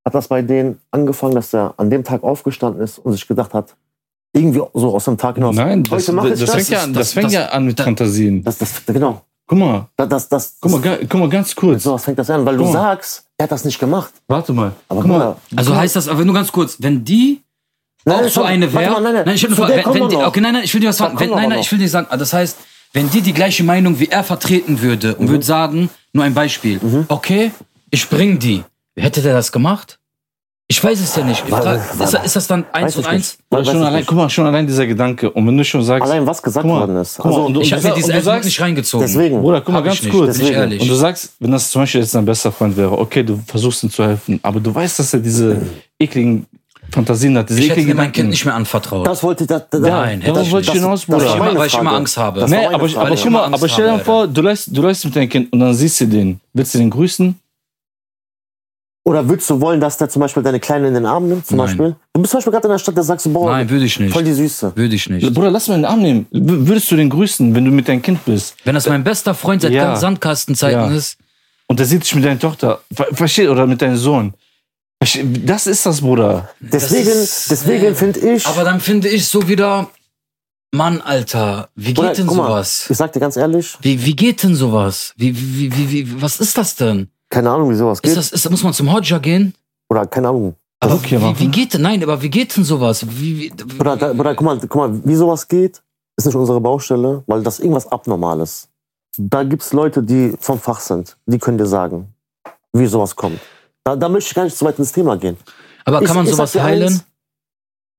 B: hat das bei denen angefangen, dass er an dem Tag aufgestanden ist und sich gedacht hat, irgendwie so aus dem Tag hinaus.
A: Nein, das,
B: Heute mach
A: das,
B: ich
A: das
B: das.
A: fängt, ja, an-
C: Das-
A: das fängt
C: das-
A: ja an mit
C: das-
A: Fantasien.
B: Das, das, genau.
A: Guck mal,
B: Das, das, das,
A: guck mal, ga- guck mal ganz kurz.
B: so was fängt das an, weil du
A: Guck mal.
B: sagst, er hat das nicht gemacht.
A: Warte mal.
B: Aber
A: guck mal,
C: Also heißt das aber nur ganz kurz, wenn die auch so
B: stopp.
C: eine
B: Warte
C: wäre.
B: mal, nein, nein.
C: ich hab
B: Zu
C: nur
B: der
C: wenn,
B: kommen
C: wenn
B: wir
C: die,
B: noch.
C: okay, nein, nein, ich will dir was
B: Da
C: sagen.
B: kommen
C: Wenn,
B: wir
C: nein,
B: aber
C: nein,
B: noch.
C: ich will dir sagen, ah, das heißt,
E: Wenn die die gleiche Meinung wie er vertreten würde
B: Mhm.
E: und würde sagen, nur ein Beispiel, okay, ich bring die. Hätte der das gemacht? Ich weiß es ja nicht. Ich
B: Warte,
E: frag, ist,
B: warte.
E: ist das dann eins
B: Weiß
E: und
B: ich
E: eins?
B: nicht. Man weiß
A: schon
B: es
A: allein,
B: nicht.
A: guck mal, schon allein dieser Gedanke. Und wenn du schon sagst,
B: Allein was gesagt
A: Guck mal,
B: worden ist.
A: guck mal,
B: Also,
A: und du-
E: Ich habe mir
A: sag-
E: diesen
A: und du
E: Elfmeter
A: sagst-
E: nicht reingezogen.
B: deswegen.
A: Bruder, guck mal
E: Hab ich
A: ganz
E: nicht,
A: kurz.
E: bin ich ehrlich.
A: Und du sagst, wenn das zum Beispiel jetzt dein bester Freund wäre, okay, du versuchst ihm zu helfen, aber du weißt, dass er diese ekligen Fantasien hat, diese
E: Ich hätte
A: ekligen
E: mir mein Kind
A: Gedanken.
E: nicht mehr anvertraut.
B: Das wollte das, das,
E: Nein, hätte
A: darauf
E: ich
A: wollte ich
E: nicht.
A: hinaus,
B: das-
A: Bruder.
B: das war meine
E: Weil ich immer
B: Frage.
E: Angst habe.
B: Das-
A: Nee,
B: war meine
A: aber,
B: Frage.
A: aber
E: Ich
A: guck mal,
E: hab
A: aber stell dir
E: Angst,
A: vor, du läufst, du läufst mit deinem Kind und dann siehst du den. Willst du den grüßen?
B: Oder würdest du wollen, dass der zum Beispiel deine Kleine in den Arm nimmt? Zum
C: Nein.
B: Beispiel? Du bist zum Beispiel gerade in der Stadt, da sagst du, boah,
C: Nein, würde ich
B: voll
C: nicht.
B: die Süße.
C: Würde ich nicht.
A: Bruder, lass mal in den Arm nehmen. W- Würdest du den grüßen, wenn du mit deinem Kind bist?
C: Wenn das mein bester Freund seit
A: Ja.
C: ganz Sandkastenzeiten
A: Ja.
C: ist,
A: Und der sieht dich mit deiner Tochter, ver versteht, oder mit deinem Sohn. Versteh- Das ist das, Bruder.
B: Deswegen,
C: ist-
B: deswegen finde ich.
C: aber dann finde ich so wieder, Mann, Alter, wie
B: Bruder,
C: geht denn
B: guck mal,
C: sowas?
B: Ich sag dir ganz ehrlich,
C: Wie, wie geht denn sowas? Wie, wie, wie, wie, was ist das denn?
B: keine Ahnung, wie sowas
C: Ist
B: geht.
C: das, ist, muss man zum Hodja gehen?
B: Oder keine Ahnung.
C: Aber
A: Okay,
C: wie,
A: machen.
C: wie geht denn, nein, aber wie geht denn sowas? Wie, wie,
B: Bruder, da, Bruder, guck mal, guck mal, wie sowas geht, ist nicht unsere Baustelle, weil das irgendwas Abnormales. Da gibt's Leute, die vom Fach sind, die können dir sagen, wie sowas kommt. Da, da möchte ich gar nicht zu weit ins Thema gehen.
C: aber
B: Ich-
C: kann man
B: ich sag
C: sowas
B: dir
C: heilen?
B: eins-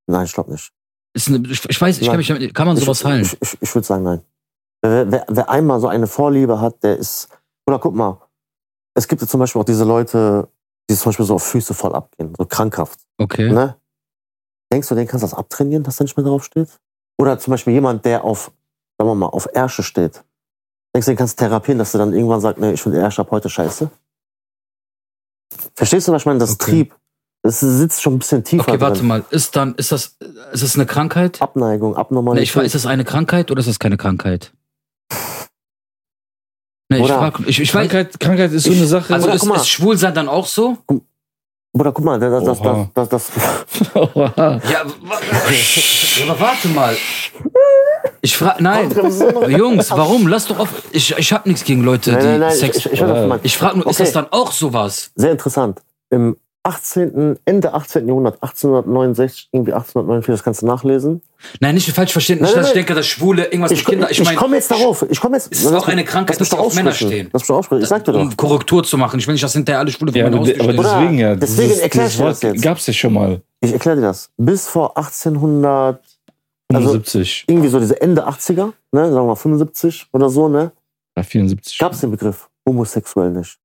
B: Nein, ich glaube nicht.
C: Ist eine, ich, ich weiß, ich kann mich damit, kann man
B: Ich-
C: sowas heilen?
B: Ich, ich, ich würde sagen, nein. Wer, wer, wer einmal so eine Vorliebe hat, der ist. Oder guck mal, es gibt ja zum Beispiel auch diese Leute, die zum Beispiel so auf Füße voll abgehen, so krankhaft.
C: Okay.
B: Ne? Denkst du, den kannst du das abtrainieren, dass der nicht mehr drauf steht? Oder zum Beispiel jemand, der auf, sagen wir mal, auf Ärsche steht. Denkst du, den kannst du therapieren, dass du dann irgendwann sagst, nee, ich finde Ärsche ab heute scheiße? Verstehst du, was ich meine? Das
C: Okay.
B: Trieb, das sitzt schon ein bisschen tiefer
C: Okay, warte
B: drin.
C: mal. Ist dann, ist das, ist das eine Krankheit?
B: Abneigung,
C: Nee,
B: Abnormalität.
C: ich frage, ist das eine Krankheit oder ist das keine Krankheit? Nee, ich
B: Oder-
C: frage, ich, ich weiß,
A: Krankheit, Krankheit ist so eine Sache.
C: also
B: Oder
C: ist,
B: guck mal.
C: ist Schwulsein dann auch so?
B: Bruder, guck mal, das, das, das,
A: Oha.
B: das, das,
C: Ja, wa- ja, aber warte mal. Ich frage, nein. Jungs, warum? Lass doch auf. Ich, ich hab nichts gegen Leute,
B: Nein,
C: die
B: nein, nein,
C: Sex. äh,
B: ich, ich, ich, hör das mal.
C: Ich frage nur, ist
B: Okay.
C: das dann auch sowas?
B: Sehr interessant. Im 18., Ende 18. Jahrhundert, 1869, irgendwie 1849, das kannst du nachlesen.
C: Nein, nicht falsch verstehen. Nicht,
B: Nein,
C: dass ich
B: nein,
C: denke, dass Schwule irgendwas
B: Ich,
C: mit Kindern.
B: ich,
C: Ich
B: ich
C: meine,
B: komme jetzt darauf. Ich komme jetzt.
C: Es ist auch eine Krankheit,
B: lass mich
C: dass
B: doch
C: auf Männer
B: aussprechen.
C: stehen.
B: Lass mich doch aussprechen. Ich sag dir doch.
C: um Korrektur zu machen. Ich will nicht, dass hinterher alle Schwule vor
A: ja,
C: meinem
A: aber,
C: Haus
A: de- aber
C: gestellt werden.
A: deswegen ja.
B: deswegen erklär ich dir das jetzt.
A: Gab es ja schon mal.
B: Ich erkläre dir das. Bis vor 1800, Also-
A: 75
B: irgendwie so diese Ende 80er, ne, sagen wir mal 75 oder so, ne,
A: oder 74.
B: gab es den Begriff homosexuell nicht.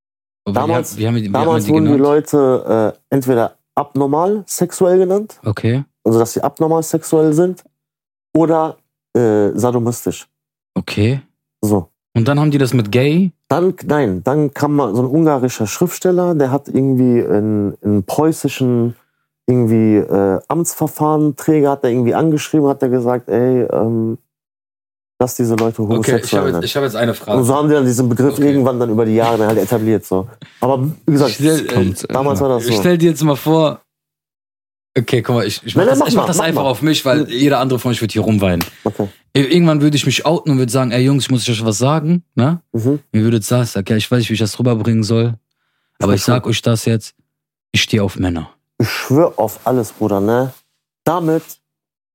C: Aber
B: Damals-
C: wie, haben- wie, haben- wie haben wir
B: Damals
C: die
B: wurden die
C: genannt?
B: Leute äh, entweder abnormal sexuell genannt
C: Okay,
B: also dass sie abnormal sexuell sind, oder äh, sadomastisch.
C: okay.
B: So.
C: Und dann haben die das mit Gay.
B: Dann, nein, dann kam mal so ein ungarischer Schriftsteller, der hat irgendwie in, in preußischen irgendwie äh, Amtsverfahren Träger hat er irgendwie angeschrieben, hat er gesagt, ey, ähm, lass diese Leute homosexuell ne? nennen.
C: hab jetzt eine
B: Und so haben die dann diesen Begriff
C: Okay. Mhm.
B: irgendwann dann über die Jahre dann halt etabliert. So. Aber wie gesagt,
C: Schnell, äh,
A: Kommt,
B: damals war das
C: Ich
B: so.
C: stell dir jetzt mal vor. Okay, guck mal, ich, ich mach
B: Nein, nein,
C: das,
B: mach
C: ich mach
B: mal,
C: das
B: mach
C: einfach
B: mal.
C: auf mich, weil jeder andere von euch wird hier rumweinen.
B: Okay.
C: Ir- Irgendwann würde ich mich outen und würde sagen, ey Jungs, ich muss euch was sagen. Ne?
B: Mhm.
C: Mir würde jetzt das, sag, ja, ich weiß nicht, wie ich das rüberbringen soll, aber ich sag euch das jetzt, ich stehe auf Männer.
B: Ich schwöre auf alles, Bruder, ne? Damit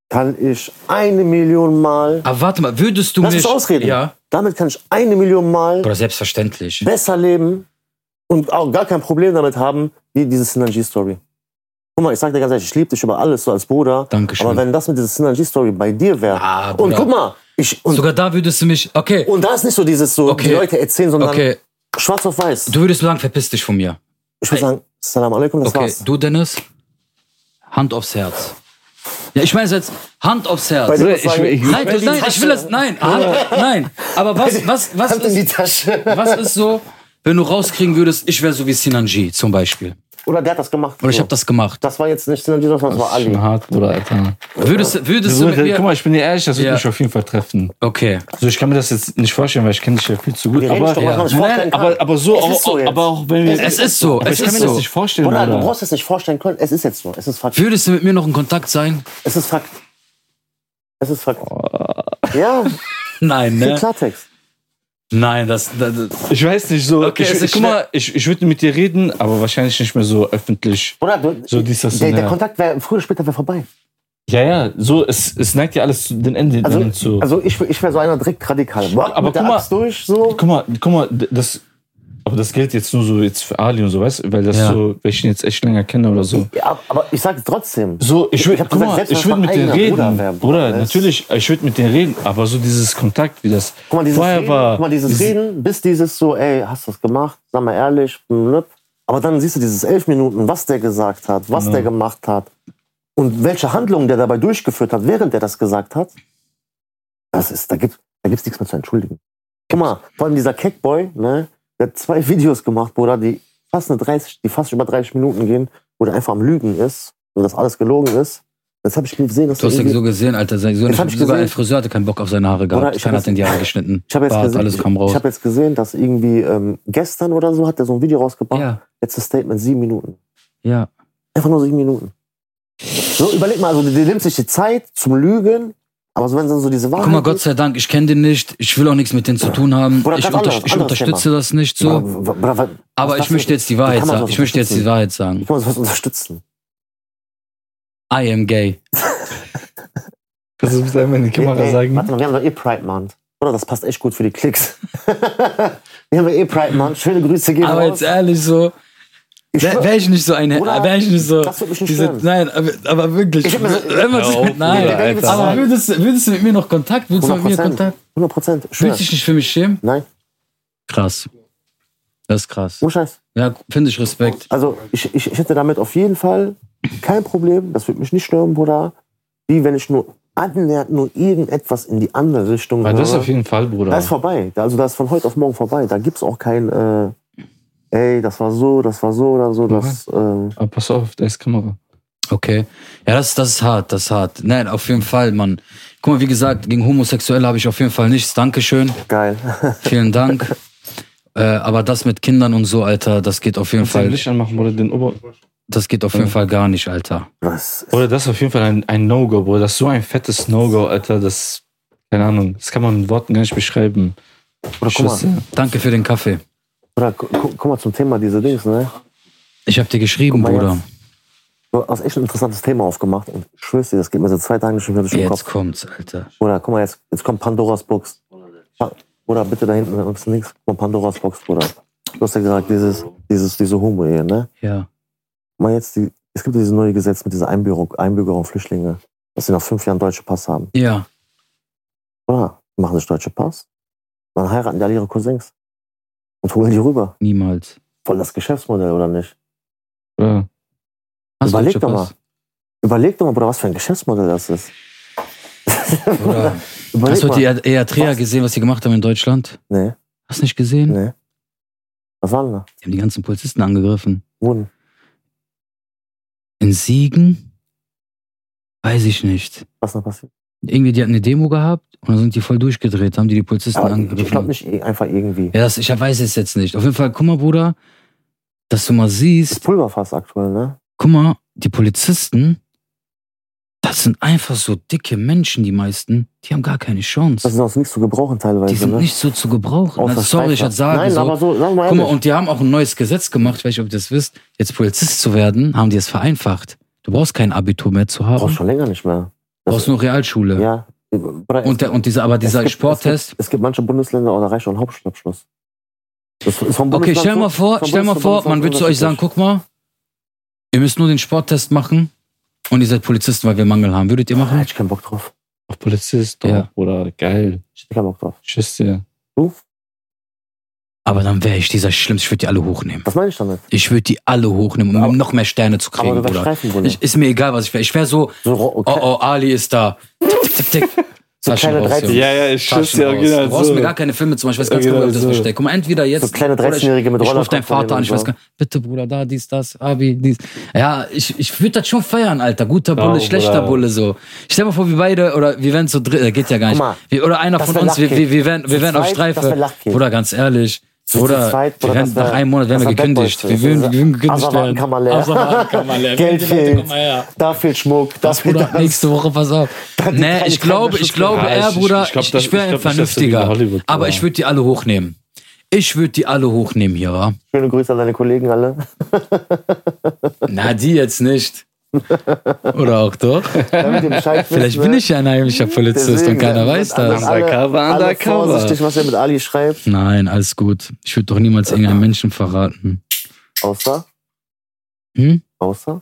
B: kann ich eine Million Mal,
C: Aber warte mal, würdest du
B: Lass
C: mich...
B: uns ausreden.
C: Ja,
B: damit kann ich eine Million Mal
C: oder selbstverständlich.
B: besser leben und auch gar kein Problem damit haben, wie diese Synergy-Story. Guck mal, ich sag dir ganz ehrlich, ich liebe dich über alles, so als Bruder.
C: Dankeschön.
B: Aber wenn das mit dieser Synergy-Story bei dir wäre,
C: Ah,
B: und
C: Bruder.
B: guck mal, ich, und,
C: Sogar da würdest du mich... Okay,
B: und da ist nicht so dieses, so,
C: Okay.
B: die Leute erzählen, sondern
C: okay,
B: schwarz auf weiß.
C: du würdest sagen, verpiss dich von mir.
B: ich würde sagen, Salam alaikum, das
C: Okay,
B: war's.
C: du Dennis, Hand aufs Herz. Ja, ich meine jetzt Hand aufs Herz.
B: Bei dir
A: Bruder, ich-
B: sagen,
A: ich-
C: Nein, das, nein, ich will das. Nein, Hand, nein. Aber was, was, was,
B: Hand in die
C: ist,
B: Tasche.
C: was ist so, wenn du rauskriegen würdest, ich wäre so wie Sinanji zum Beispiel.
B: Oder der hat das gemacht.
C: Oder ich
B: So.
C: habe das gemacht.
B: das war jetzt nicht Synergy, das war
A: Das ist
B: Ali.
A: schon hart, Bruder, Alter.
C: Würdest, würdest
A: Das
C: du
A: wird,
C: mit
A: guck
C: mir.
A: mal, ich bin dir ehrlich, das wird
C: Ja.
A: mich auf jeden Fall treffen.
C: Okay.
A: Also ich kann mir das jetzt nicht vorstellen, weil ich kenne dich ja viel zu gut.
B: Wir reden
A: Aber,
B: nicht darüber, dass man sich
A: nein,
B: vorstellen kann.
A: aber, aber so,
B: Es
A: auch,
B: ist so jetzt.
A: aber auch wenn wir...
C: Es ist so,
A: aber
C: es
A: ich kann
C: ist
A: mir das
C: so.
A: nicht vorstellen,
B: Bruder, du
A: Bruder.
B: brauchst es nicht vorstellen können. Es ist jetzt so. Es ist Fakt.
C: Würdest du mit mir noch in Kontakt sein?
B: Es ist Fakt. Es ist Fakt.
A: Oh.
B: Ja,
C: Nein,
B: viel
C: ne?
B: Klartext.
C: Nein, das. das, das
A: Ich weiß nicht, so...
C: Okay, es
A: ich,
C: ist
A: guck mal, ich, ich würde mit dir reden, aber wahrscheinlich nicht mehr so öffentlich.
B: Bruder, du,
A: So dies, das
B: der,
A: und
B: der
A: her.
B: Kontakt wäre früher oder später wär vorbei.
A: Ja, ja, so, es, es neigt ja alles zu den Enden
B: Also,
A: zu.
B: also ich, ich wäre so einer direkt radikal. Boah,
A: Aber
B: mit der
A: guck mal-
B: Axt durch, so.
A: guck mal, guck mal, d- das, aber das gilt jetzt nur so jetzt für Ali und so, weißt du, weil das
E: Ja.
A: so, weil ich ihn jetzt echt länger kenne oder so.
B: Ja, aber ich sag's trotzdem.
A: So, ich
B: Ich
A: würde,
B: hab
A: guck
B: gesagt,
A: mal,
B: selbst
A: ich
B: wenn
A: würde
B: mein
A: mit denen
B: eigener
A: reden,
B: Bruder
A: Bruder,
B: wär, ne?
A: natürlich, ich würde mit denen reden, aber so dieses Kontakt, wie das
B: Guck mal, dieses,
A: vorher
B: Reden,
A: war,
B: guck mal, dieses
A: diese-
B: Reden, bis dieses so, ey, hast du das gemacht? Sag mal ehrlich. blub. Aber dann siehst du dieses elf Minuten, was der gesagt hat, was
C: Genau.
B: der gemacht hat und welche Handlungen der dabei durchgeführt hat, während der das gesagt hat. Das ist, da gibt da gibt's nichts mehr zu entschuldigen. Guck mal, vor allem dieser Keckboy, ne, der hat zwei Videos gemacht, Bruder, die fast, eine 30, die fast über 30 Minuten gehen, wo der einfach am Lügen ist und das alles gelogen ist. Jetzt habe ich gesehen, dass
C: Du hast
B: der
C: ja
B: irgendwie-
C: so gesehen, Alter. Sein Sohn,
B: Jetzt hab ich
C: sogar
B: gesehen-
C: ein Friseur hatte keinen Bock auf seine Haare
B: Oder
C: gehabt.
B: ich
C: Keiner
B: hab
C: hat in die Haare geschnitten.
B: Ich habe jetzt,
C: Bart,
B: gesehen-
C: alles kam raus.
B: ich hab jetzt gesehen, dass irgendwie ähm, gestern oder so hat er so ein Video rausgebracht.
C: Ja,
B: Letztes Statement, sieben Minuten.
C: ja.
B: Einfach nur sieben Minuten. So, überleg mal, also der nimmt sich die Zeit zum Lügen, aber so, wenn dann so diese Wahrheit
C: Guck mal, Gott sei Dank, ich kenne den nicht. Ich will auch nichts mit denen zu tun haben.
B: Oh, Oder
C: ich
B: ganz
C: unter
B: anderes-
C: ich
B: anderes
C: unterstütze das nicht
B: Ja,
C: so.
B: w- w- w-
C: Aber
B: was
C: ich
B: das
C: möchte
B: denn?
C: jetzt die
B: Wie
C: Wahrheit
B: kann man
C: sagen.
B: sowas
C: Ich möchte jetzt die
B: unterstützen?
C: Wahrheit sagen.
B: Ich muss was unterstützen.
C: I am gay.
A: Kannst du bitte einmal in die Kamera
B: Ey, ey,
A: sagen?
B: Warte mal, wir haben doch eh Pride Month. Oder das passt echt gut für die Klicks. wir haben ja eh Pride Month. Schöne Grüße gehen
C: Aber
B: raus.
C: jetzt ehrlich so,
B: ich schwör-
C: wäre ich nicht so eine,
B: Bruder,
C: wäre ich nicht so.
B: das würde mich nicht
C: diese,
B: stören.
C: nein, aber, aber wirklich.
B: Ich hab mir so-
C: wenn man
A: Hör auf,
C: nein,
A: Bruder,
B: Alter.
C: aber würdest, du- würdest du mit mir noch Kontakt? Würdest du mit mir
B: 100
C: Kontakt?
B: Prozent. 100 Prozent.
C: Fühlst du dich nicht für mich schämen?
B: Nein,
C: Krass. Das ist krass.
B: ohne Scheiß.
C: Ja, finde ich Respekt.
B: Also ich, ich, ich hätte damit auf jeden Fall kein Problem. Das würde mich nicht stören, Bruder. Wie wenn ich nur annähernd nur irgendetwas in die andere Richtung
A: Weil
B: höre.
A: das ist auf jeden Fall, Bruder.
B: Da ist vorbei. Da- Also das ist von heute auf morgen vorbei. Da gibt's auch kein, äh, ey, das war so, das war so oder so. Das, ähm,
A: Aber pass auf, da ist Kamera.
C: Okay. Ja, das, das ist hart, das ist hart. Nein, auf jeden Fall, Mann. Guck mal, wie gesagt, gegen Homosexuelle habe ich auf jeden Fall nichts. Dankeschön.
B: geil.
C: Vielen Dank. äh, aber das mit Kindern und so, Alter, das geht auf jeden
A: Kannst du den
C: Fall.
A: Licht anmachen, Bruder, den Ober...
C: Das geht auf jeden Fall gar nicht, Alter.
B: Was?
A: Bruder, das ist auf jeden Fall ein, ein No-Go, Bruder. Das ist so ein fettes No-Go, Alter. Das, keine Ahnung, das kann man mit Worten gar nicht beschreiben.
B: Oder guck mal,
A: Schüsse.
C: Danke für den Kaffee.
B: oder, gu, gu- guck mal zum Thema diese Dings, ne?
C: Ich habe dir geschrieben,
B: Guck mal
C: Bruder.
B: Du hast echt ein interessantes Thema aufgemacht und ich schwör's dir, das geht mir seit zwei Tagen schon wieder durch den
C: Jetzt
B: Kopf.
C: kommt's, Alter.
B: Bruder, guck mal, jetzt, jetzt kommt Pandoras Box. Pa- Bruder, bitte da hinten links, links kommt Pandoras Box, Bruder. Du hast ja gesagt, dieses, dieses, diese Homo-Ehe, ne?
C: Ja.
B: Guck mal jetzt, die, es gibt dieses neue Gesetz mit dieser Einbürgerung, Einbürgerung Flüchtlinge, dass sie nach fünf Jahren deutsche Pass haben.
C: Ja.
B: Bruder, die machen sich deutsche Pass, dann heiraten die alle ihre Cousins und holen die rüber.
C: Niemals.
B: Voll das Geschäftsmodell, oder nicht?
A: Bruder.
C: Hast du
B: Überleg
C: schon
B: doch
C: was?
B: Überleg doch mal, Bruder, was für ein Geschäftsmodell das ist.
C: Bruder.
B: Überleg
C: Hast du
B: mal.
C: die E- Eritrea
B: Was?
C: gesehen, was sie gemacht haben in Deutschland?
B: Nee,
C: Hast nicht gesehen?
B: nee. Was war denn da?
C: Die haben die ganzen Polizisten angegriffen.
B: Wurden.
C: In Siegen? Weiß ich nicht.
B: Was ist da passiert?
C: Irgendwie, die hatten eine Demo gehabt und dann sind die voll durchgedreht, haben die die Polizisten
B: Aber ich glaube
C: angegriffen.
B: nicht eh- einfach irgendwie.
C: Ja, das, ich weiß es jetzt nicht. Auf jeden Fall, guck mal, Bruder, dass du mal
B: Das
C: siehst,
B: Pulverfass aktuell, ne?
C: guck mal, die Polizisten, das sind einfach so dicke Menschen, die meisten, die haben gar keine
B: Das
C: Chance.
B: ist auch nichts zu gebrauchen teilweise,
C: Die sind
B: ne?
C: nicht so zu gebrauchen.
B: Außer
C: Also, sorry, ich
B: Streifer.
C: hatte sagen
B: Nein,
C: so.
B: aber so, sag mal
C: Guck mal,
B: ehrlich.
C: und die haben auch ein neues Gesetz gemacht, ich weiß nicht, ob ihr das wisst. Jetzt Polizist zu werden, haben die es vereinfacht. Du brauchst kein Abitur mehr zu haben,
B: brauchst
C: brauchst,
B: schon länger nicht mehr.
C: nur Realschule.
B: Ja. Bruder,
C: Und, der, und dieser, aber dieser
B: Es
C: Sporttest.
B: gibt, es gibt manche Bundesländer, oder reicht schon Hauptschulabschluss. Das ist vom
C: Okay,
B: Bundesland
C: stell
B: zu-
C: mal vor,
B: vom
C: stell mal
B: Bundesland
C: vor,
B: zu
C: man
B: Bundesland
C: wird zu euch sagen, guck mal, ihr müsst nur den Sporttest machen und ihr seid Polizisten, weil wir Mangel haben. Würdet ihr
B: Ah,
C: machen?
B: hätte ich keinen Bock drauf.
A: Auf Polizist, doch,
C: Ja.
A: Bruder. Geil.
B: Ich hätte keinen Bock drauf.
A: Tschüss dir.
B: Du?
C: Aber dann wäre ich dieser Schlimmste, ich würde die alle hochnehmen.
B: Was meine ich damit?
C: Ich würde die alle hochnehmen, um
B: Aber-
C: noch mehr Sterne zu
B: Aber
C: kriegen,
B: du wärst
C: Bruder.
B: Streifenwunder.
C: Ich, ist mir egal, was ich wäre. Ich wäre so,
B: So, ro- okay.
C: oh, oh, Ali ist da. Tick, tick, tick.
B: So
C: Taschen
B: kleine
C: raus,
B: 13
C: Junge.
A: Ja, ja, genau, ich
C: Taschen raus.
B: genau,
C: Du brauchst mir gar keine Filme zum Beispiel. Ich weiß ganz
A: Ja,
C: genau,
A: genau
C: ob ich das
A: so.
C: verstehe. Guck mal, entweder jetzt.
B: So kleine
C: oder ich-
B: 13-Jährige mit
C: Ich ruf
B: Rollercoaster
C: deinen Vater an, ich
B: und
C: weiß
B: so.
C: gar nicht. Bitte, Bruder, da, dies, das, Abi, dies. Ja, ich, ich würde das schon feiern, Alter. Guter Bulle,
A: Bravo,
C: schlechter
A: Bruder.
C: Bulle, so. Ich stell mal vor, wir beide, oder wir wären so dritt, äh, geht ja gar nicht.
B: Guck mal,
C: wir, oder einer
B: das
C: von
B: wär
C: uns, wir,
B: Lachkick.
C: wir, wir wären, wir
B: Zu
C: wären auf
B: zweit, das wär
C: Streife.
B: Lachkick.
C: Bruder, ganz ehrlich.
B: Zu
C: Oder,
B: zweit, Bruder,
C: wir wären,
B: das wär-
C: nach einem Monat wären
B: das
C: wir
B: wär Bad Boys
C: gekündigt.
B: Boys.
C: Wir würden, wir würden gekündigt werden.
B: Asserwatenkammer leer.
C: Asserwatenkammer leer.
B: Geld
C: Die Leute,
B: fehlt.
C: komm mal her.
B: Da fehlt Schmuck, da fehlt
C: Bruder,
B: das.
C: nächste Woche, pass auf.
B: die
C: Nee,
B: kleine
C: ich glaube, ich glaube,
A: Ja, ich-
C: er,
A: ich-
C: Bruder,
A: ich glaub,
C: ich
A: das-
C: ich wäre
A: ich
C: ein
A: glaub nicht, dass du wieder
C: Vernünftiger.
A: Hollywood
C: Aber
A: war.
C: ich würde die alle hochnehmen. Ich würde die alle hochnehmen hier, wa?
B: Schöne Grüße an deine Kollegen alle.
C: Na, die jetzt nicht. Oder auch doch.
B: Damit ihr Bescheid
C: Vielleicht
B: wisst,
C: bin
B: ne?
C: ich ja ein heimlicher Polizist
B: Deswegen,
C: und keiner
B: ne?
C: weiß das.
B: Alle-
A: Undercover,
B: Alle
A: undercover.
B: vorsichtig, was er mit Ali schreibt,
C: Nein, alles gut. Ich würde doch niemals irgendeinen Menschen verraten.
B: außer,
C: Hm?
B: außer,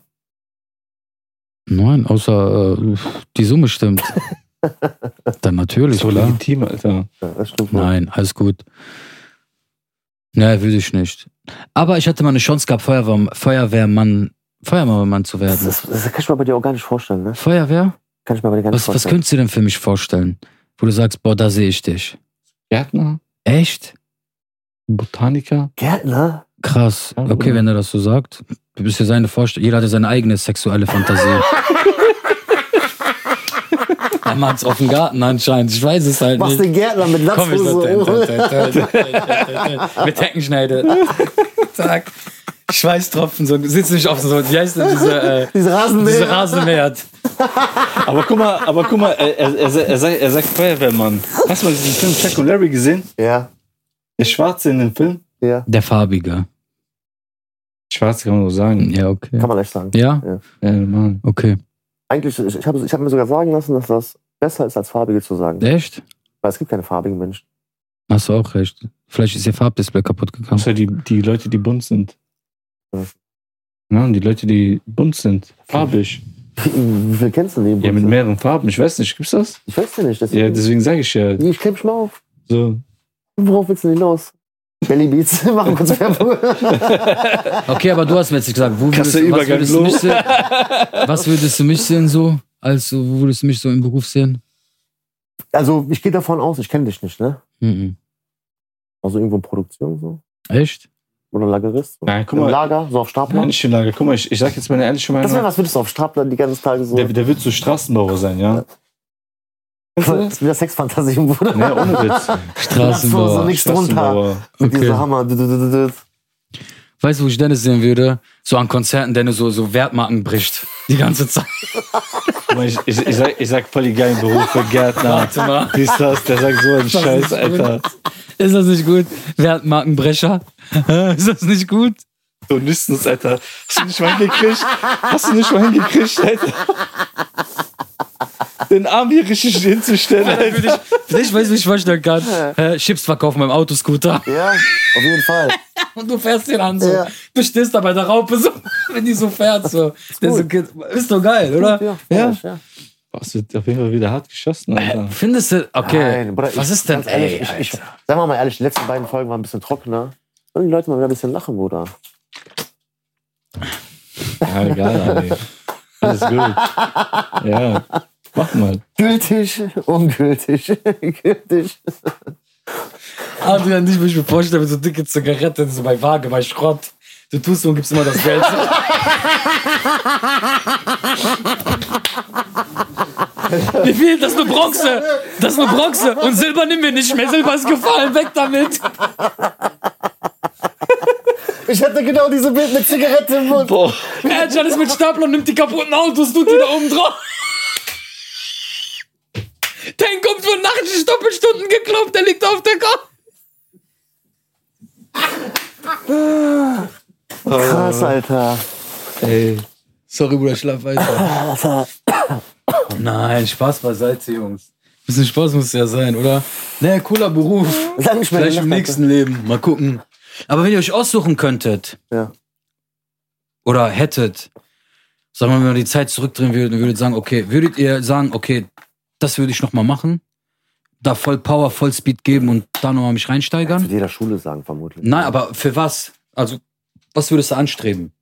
C: Nein, außer äh, die Summe stimmt. Dann natürlich,
A: So
C: oder?
A: legitim, Alter.
B: ja, das stimmt wohl.
C: Nein, alles gut. Nein, würde ich nicht. Aber ich hatte mal eine Chance gehabt, Feuerwehr, Feuerwehrmann, Feuerwehrmann zu
B: Das,
C: werden.
B: das, das kann ich mir bei dir auch gar nicht vorstellen, ne?
C: Feuerwehr?
B: Kann ich mir bei dir gar nicht
C: Was, was
B: vorstellen.
C: könntest du denn für mich vorstellen? Wo du sagst, boah, da sehe ich dich.
A: Gärtner,
C: Echt?
A: Botaniker.
B: Gärtner?
C: Krass.
A: Ja,
C: Okay,
B: genau.
A: oder?
C: wenn er das so sagt. Du bist ja seine Vorstellung. Jeder hat ja seine eigene sexuelle Fantasie. er macht's auf dem Garten anscheinend. Ich weiß es halt
B: Machst
C: nicht.
B: den Gärtner mit
C: Komm, ich
B: Latzhose?
C: sag Mit Heckenschneide. Zack. Schweißtropfen, so, sitzt nicht auf so, wie heißt denn diese, äh,
B: Diese
C: diese
B: Rasenmäher.
C: Rasenmäher?
A: Aber guck mal, aber guck mal, er, er, er, er, sagt, er sagt Feuerwehrmann. Hast du mal diesen Film Chuck und Larry gesehen?
B: Ja,
A: Der Schwarze in dem Film?
B: ja.
C: Der Farbige.
A: Schwarze kann man so sagen.
C: Ja, okay.
B: Kann man echt sagen.
C: Ja?
A: Ja, Mann.
C: Okay.
B: Eigentlich, ich, ich habe ich hab mir sogar sagen lassen, dass das besser ist, als farbige zu sagen.
C: Echt?
B: Weil es gibt keine farbigen Menschen.
C: Hast du auch recht. Vielleicht ist ihr Farbdisplay kaputt gegangen.
A: Außer die, die Leute, die bunt sind.
B: Ja.
A: Ja, die Leute, die bunt sind. Farbig.
B: Wie viel kennst du den?
A: Ja, mit
B: Bunsen?
A: mehreren Farben. Ich weiß nicht, gibt's das?
B: ich weiß ja nicht.
A: Ja,
B: Deswegen,
A: deswegen sage ich ja.
B: ich kleb mich mal auf.
A: So.
B: Worauf willst du denn hinaus? Belly Beats, machen wir kurz Werbung.
C: Okay, aber du hast mir jetzt nicht gesagt, wo würdest,
A: Krasser
C: was,
A: Übergang,
C: würdest du
A: Lo.
C: mich sehen, was würdest du mich sehen so? Also, wo würdest du mich so im Beruf sehen?
B: Also, ich gehe davon aus, ich kenne dich nicht, ne?
C: Mhm.
B: Also irgendwo in Produktion so.
C: Echt?
B: Oder Lagerist. So.
A: Nein, guck
B: Im
A: mal.
B: Lager, so auf
A: Nein,
B: Stapler.
A: nicht im Lager. Guck mal, ich, ich sag jetzt meine ehrliche
B: Das wäre
A: Meinung.
B: was, würdest du auf Stapler die ganzen Tage so.
A: Der, der wird so Straßenbauer sein, ja?
B: Das ist wieder Sexfantasie im Bruder.
A: Nee, Ne, ohne Witz.
B: Ach so, so
C: Straßenbauer.
B: nicht- Nichts drunter. Mit diesem
C: Okay.
B: Hammer. Du, du, du, du, du.
C: Weißt du, wo ich Dennis sehen würde? So an Konzerten, Dennis so, so Wertmarken bricht. Die ganze Zeit.
A: Guck mal, ich, ich, ich, sag, ich sag voll die geilen Berufe, Gärtner.
C: Warte mal.
A: Dies, das, der sagt so einen Scheiß, Alter.
C: Ist das nicht gut? Wertmarkenbrecher? Ist das nicht gut?
A: So nüchtern, Alter. Hast du nicht mal hingekriegt? Hast du nicht mal hingekriegt, Alter? Den Arm hier richtig hinzustellen, Alter.
C: Ich weiß, wie ich vorstellen kann. Äh, Chips verkaufen beim Autoscooter.
B: Ja, auf jeden Fall.
C: Und du fährst den an so.
B: Ja.
C: Du stehst da bei der Raupe so, wenn die so fährt so. Der so geht- ist doch geil, oder?
B: Ja,
C: Ja.
B: ja.
A: Boah, es wird auf jeden Fall wieder hart geschossen, Alter.
C: Äh, Findest du, okay,
B: Nein, Bruder,
C: was
B: ich-
C: ist denn,
B: ganz ehrlich,
C: ey,
B: ich, ich,
C: Alter.
B: Sagen wir mal ehrlich, die letzten beiden Folgen waren ein bisschen trockener. Und die Leute mal wieder ein bisschen lachen, Bruder.
A: Ja, egal, Ali. Alles gut. Ja, mach mal.
B: Gültig, ungültig, gültig.
C: Adrian, ich will mir vorstellen, mit so dicke Zigaretten, so bei Waage, bei Schrott. Du tust so und gibst immer das Geld. Wie viel? Das ist eine Bronze. Das ist eine Bronze. Und Silber nehmen wir nicht mehr. Silber ist gefallen. Weg damit.
B: Ich hatte genau diese Bild mit Zigarette im Mund.
A: Boah.
C: Erjan ist mit Stapler und nimmt die kaputten Autos, tut die da oben drauf. Tank kommt für nachts Doppelstunden geklopft, der liegt auf der Kopf.
B: Krass, Alter.
A: Ey.
C: Sorry, Bruder, schlaf weiter. Nein, Spaß beiseite, Jungs. Bisschen Spaß muss ja sein, oder? Naja, cooler Beruf.
B: Sag nicht mehr
C: Vielleicht im
B: gelacht,
C: nächsten Leben. Mal gucken. Aber wenn ihr euch aussuchen könntet
B: Ja.
C: oder hättet, sagen wir mal, wenn ihr die Zeit zurückdrehen würdet und würdet sagen, okay, würdet ihr sagen, okay, das würde ich nochmal machen, da voll Power, voll Speed geben und da nochmal mich
B: Alter.
C: reinsteigern?
B: Wird jeder Schule sagen, vermutlich.
C: Nein, aber für was? Also, was würdest du anstreben?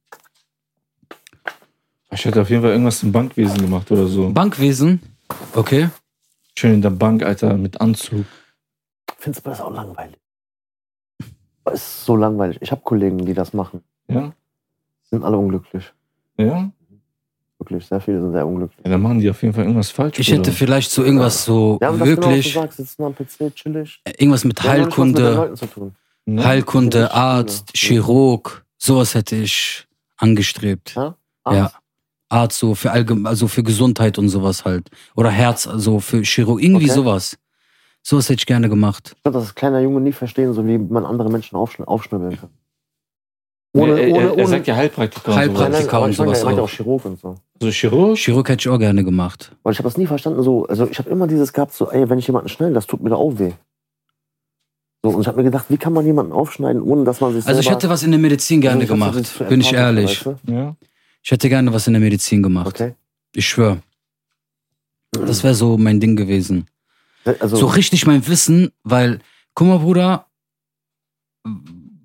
A: Ich hätte auf jeden Fall irgendwas im Bankwesen gemacht oder so.
C: Bankwesen? Okay.
A: Schön in der Bank, Alter, mit Anzug.
B: Findest du das auch langweilig? Aber Es ist so langweilig. Ich habe Kollegen, die das machen.
A: Ja?
B: Sind alle unglücklich.
A: Ja?
B: Wirklich, sehr viele sind sehr unglücklich.
A: Ja, dann machen die auf jeden Fall irgendwas falsch.
C: Ich hätte
A: Bruder.
C: vielleicht so irgendwas so
B: Genau. Ja, und das genau, was du
C: wirklich,
B: sagst, sitzen am PC, chillig.
C: irgendwas
B: Die
C: mit
B: haben noch nicht was mit den
C: Heilkunde,
B: Leuten zu tun.
A: Ne?
C: Heilkunde,
B: Ja.
C: Arzt,
B: Ja.
C: Chirurg, sowas hätte ich angestrebt.
B: Ja?
C: Ja. Arzt so für allgemein, also für Gesundheit und sowas halt. Oder Herz, also für Chirurg, irgendwie
B: Okay.
C: sowas. Sowas hätte ich gerne gemacht.
B: Ich glaube, dass das kleiner Junge nie verstehen, so wie man andere Menschen aufschn aufschnibbeln kann. Ohne,
A: er,
C: äh,
B: ohne,
A: er,
B: ohne.
A: er sagt ja Heilpraktiker.
B: Nein,
A: Heilpraktiker.
B: nein,
C: Praktika
B: aber
C: und
B: ich meine,
C: sowas
B: er meinte
C: auch.
B: auch Chirurg und so.
A: So Chirurg.
C: Chirurg hätte ich auch gerne gemacht.
B: Weil ich habe das nie verstanden. So, also ich habe immer dieses gehabt, so, ey, wenn ich jemanden schneide, das tut mir doch auch weh. So, und ich habe mir gedacht, wie kann man jemanden aufschneiden, ohne dass man sich
C: Also ich
B: selber,
C: hätte was in der Medizin gerne
B: Also ich hatte dieses
C: gemacht, bin ich
B: Empathische,
C: ehrlich.
B: weißt
A: Ja.
C: Ich hätte gerne was in der Medizin
B: du?
C: gemacht.
B: Okay. Mhm.
C: Ich schwöre. Das wäre so mein Ding gewesen.
B: Also,
C: So richtig mein Wissen, weil, guck mal, Bruder,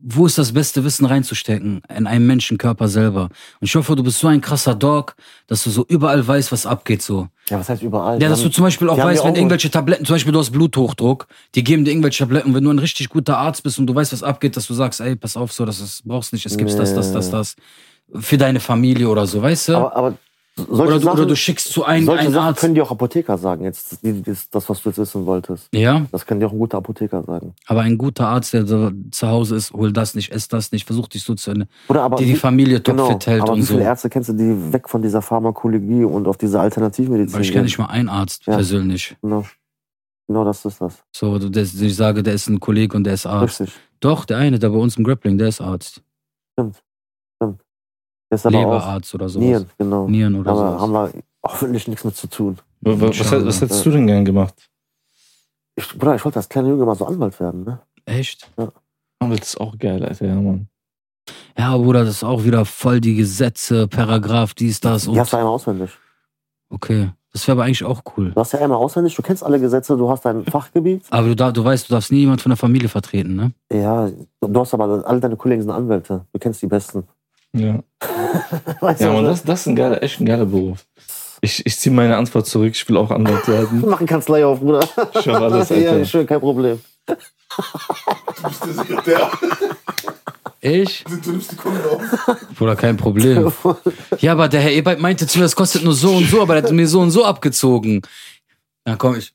C: wo ist das beste Wissen reinzustecken? In einem Menschenkörper selber. Und ich hoffe, du bist so ein krasser Dog, dass du so überall weißt, was abgeht so.
B: ja, was heißt überall?
C: Ja, dass du zum Beispiel auch
B: die haben
C: weißt,
B: ja
C: wenn
B: auch-
C: irgendwelche Tabletten, zum Beispiel du hast Bluthochdruck, die geben dir irgendwelche Tabletten, wenn du ein richtig guter Arzt bist und du weißt, was abgeht, dass du sagst, ey, pass auf, so, das ist, brauchst nicht, es gibt das, das, das, das. Für deine Familie oder so, weißt du?
B: aber, aber solche
C: Oder du,
B: Sachen,
C: oder du schickst zu einem
B: solche
C: einen
B: Sachen
C: Arzt.
B: können dir auch Apotheker sagen, jetzt die- das, das, was du jetzt wissen wolltest.
C: Ja,
B: Das kann dir auch ein guter Apotheker sagen.
C: aber ein guter Arzt, der so zu Hause ist, hol das nicht, ess das nicht, versuch dich so zu Ende,
B: Oder aber
C: die die
B: wie-
C: Familie
B: genau,
C: topfit hält
B: aber
C: und
B: wie viele
C: so.
B: Ärzte kennst du, die weg von dieser Pharmakologie und auf diese Alternativmedizin
C: Weil ich kenne nicht mal einen Arzt
B: Ja.
C: persönlich.
B: Genau, genau das ist das.
C: So, der, ich sage, der ist ein Kollege und der ist Arzt.
B: Richtig.
C: Doch, der eine, der bei uns im Grappling, der ist Arzt.
B: Das ist aber auch
C: Leberarzt oder sowas.
B: Nieren, genau.
C: Nieren oder
B: aber
C: sowas.
B: haben wir hoffentlich nichts mit zu tun.
A: Wa- wa- Was,
C: Schade.
A: was hättest du denn gern gemacht?
B: Ich, Bruder, ich wollte als kleiner Junge mal so Anwalt werden, ne?
C: Echt?
A: Ah, Das ist auch geil, Alter. Ja, Mann.
C: Ja, Bruder, das ist auch wieder voll die Gesetze, Paragraph, dies, das und.
B: Die hast du einmal auswendig.
C: Okay, das wäre aber eigentlich auch cool.
B: Du hast ja einmal auswendig, du kennst alle Gesetze, du hast dein Fachgebiet.
C: Aber du, darf- du weißt, du darfst nie jemand von der Familie vertreten, ne?
B: Ja, du hast aber alle deine Kollegen sind Anwälte. Du kennst die Besten.
A: Ja,
B: Weißt
A: ja
B: du,
A: Mann,
B: ne?
A: das, das ist ein geiler, echt ein geiler Beruf. Ich, ich ziehe meine Antwort zurück. Ich will auch Antwort werden.
B: Wir machen Kanzlei auf, Bruder.
A: Ich hab alles,
B: ja,
A: Alter.
B: schön, kein Problem.
D: Du bist der Sekretär.
C: Ich?
D: Du nimmst die Kunden auf.
C: Bruder, kein Problem. Ja, aber der Herr Ebert meinte zu mir, das kostet nur so und so, aber der hat mir so und so abgezogen. Na komm, ich.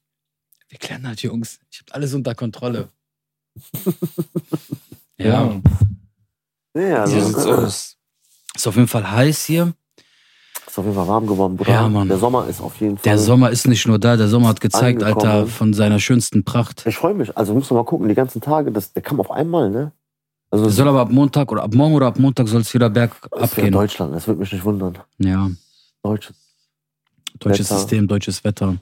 C: Wir klären halt, Jungs. Ich hab alles unter Kontrolle.
A: Ja,
C: ja.
A: Mann.
B: Ja,
A: so sieht's
B: also,
A: aus.
C: Ist auf jeden Fall heiß hier.
B: ist auf jeden Fall warm geworden, Bruder.
C: Ja, Mann.
B: Der Sommer ist auf jeden Fall.
C: Der Sommer ist nicht nur da, der Sommer hat gezeigt,
B: Angekommen.
C: Alter, von seiner schönsten Pracht.
B: Ich freue mich. Also, musst du mal gucken, die ganzen Tage, das, der kam auf einmal, ne? Also,
C: Es soll aber ab Montag oder ab morgen oder ab Montag soll es wieder
B: das
C: bergab
B: ist ja
C: gehen.
B: Deutschland, das würde mich nicht wundern.
C: Ja,
B: Deutsch.
C: deutsches
B: Wetter.
C: System, deutsches Wetter.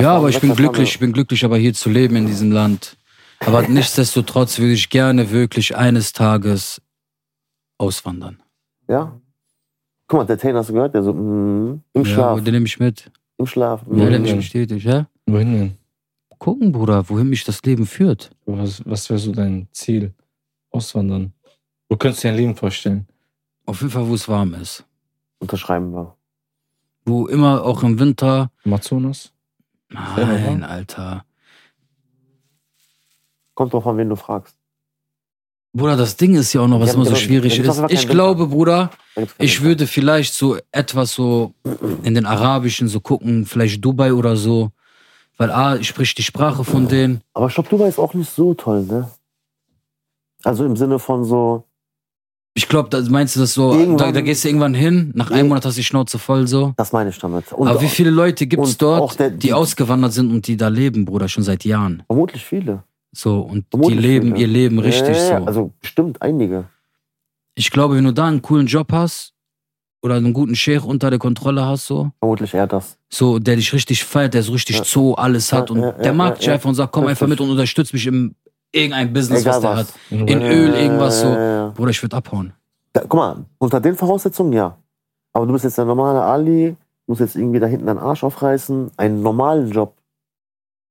C: Ja, aber ich bin glücklich, ich bin glücklich, aber hier zu leben in diesem Land. Aber nichtsdestotrotz würde ich gerne wirklich eines Tages auswandern.
B: Ja? Guck mal, der Tane hast du gehört, der so, mm, im
C: Ja,
B: Schlaf, Mhm.
C: aber den nehme ich mit.
B: im Schlaf. mm,
A: Ja,
C: Ja, der
A: ja.
C: mich bestätigt, ja?
A: Wohin denn?
C: Gucken, Bruder, wohin mich das Leben führt.
A: Was, was wäre so dein Ziel? Auswandern. Wo könntest du dir dein Leben vorstellen?
C: Auf jeden Fall, wo es warm ist.
B: Unterschreiben wir.
C: Wo immer, auch im Winter.
A: Amazonas?
C: Nein, Alter.
B: Kommt drauf an, wen du fragst.
C: Bruder, das Ding ist ja auch noch, was
B: Ja,
C: immer so
B: genau.
C: schwierig
B: Ja, das
C: ist.
B: war kein
C: Ich
B: Winter.
C: glaube, Bruder,
B: Da gibt's keine
C: ich würde vielleicht so etwas so in den Arabischen so gucken, vielleicht Dubai oder so. Weil A, ich sprich die Sprache von denen.
B: Aber ich glaube, Dubai ist auch nicht so toll, ne? Also im Sinne von so,
C: Ich glaube, meinst du das so, da,
B: Irgendwann-
C: da gehst du irgendwann hin, nach einem
B: Ja.
C: Monat hast du die Schnauze voll so.
B: das meine ich damit. Und
C: Aber wie viele Leute gibt es
B: und auch
C: dort,
B: der-
C: die
B: die-
C: ausgewandert sind und die da leben, Bruder, schon seit Jahren?
B: Vermutlich viele.
C: So, und die
B: Vermutlich
C: leben
B: viele.
C: ihr Leben richtig
B: Ja, ja,
C: so.
B: Also bestimmt einige.
C: ich glaube, wenn du da einen coolen Job hast oder einen guten Sheikh unter der Kontrolle hast, so,
B: Vermutlich eher das.
C: so der dich richtig feiert, der so richtig
B: Ja.
C: Zoo alles hat
B: Ja,
C: und
B: ja,
C: der
B: ja,
C: mag
B: ja,
C: dich
B: ja.
C: einfach und sagt, komm einfach
B: Richtig.
C: mit und unterstützt mich im irgendein Business,
B: Egal
C: was der
B: was.
C: hat. In Öl, irgendwas so.
B: Äh,
C: Bruder, ich würde abhauen.
B: Da, guck mal, unter den Voraussetzungen ja. Aber du bist jetzt der normale Ali, musst jetzt irgendwie da hinten deinen Arsch aufreißen, einen normalen Job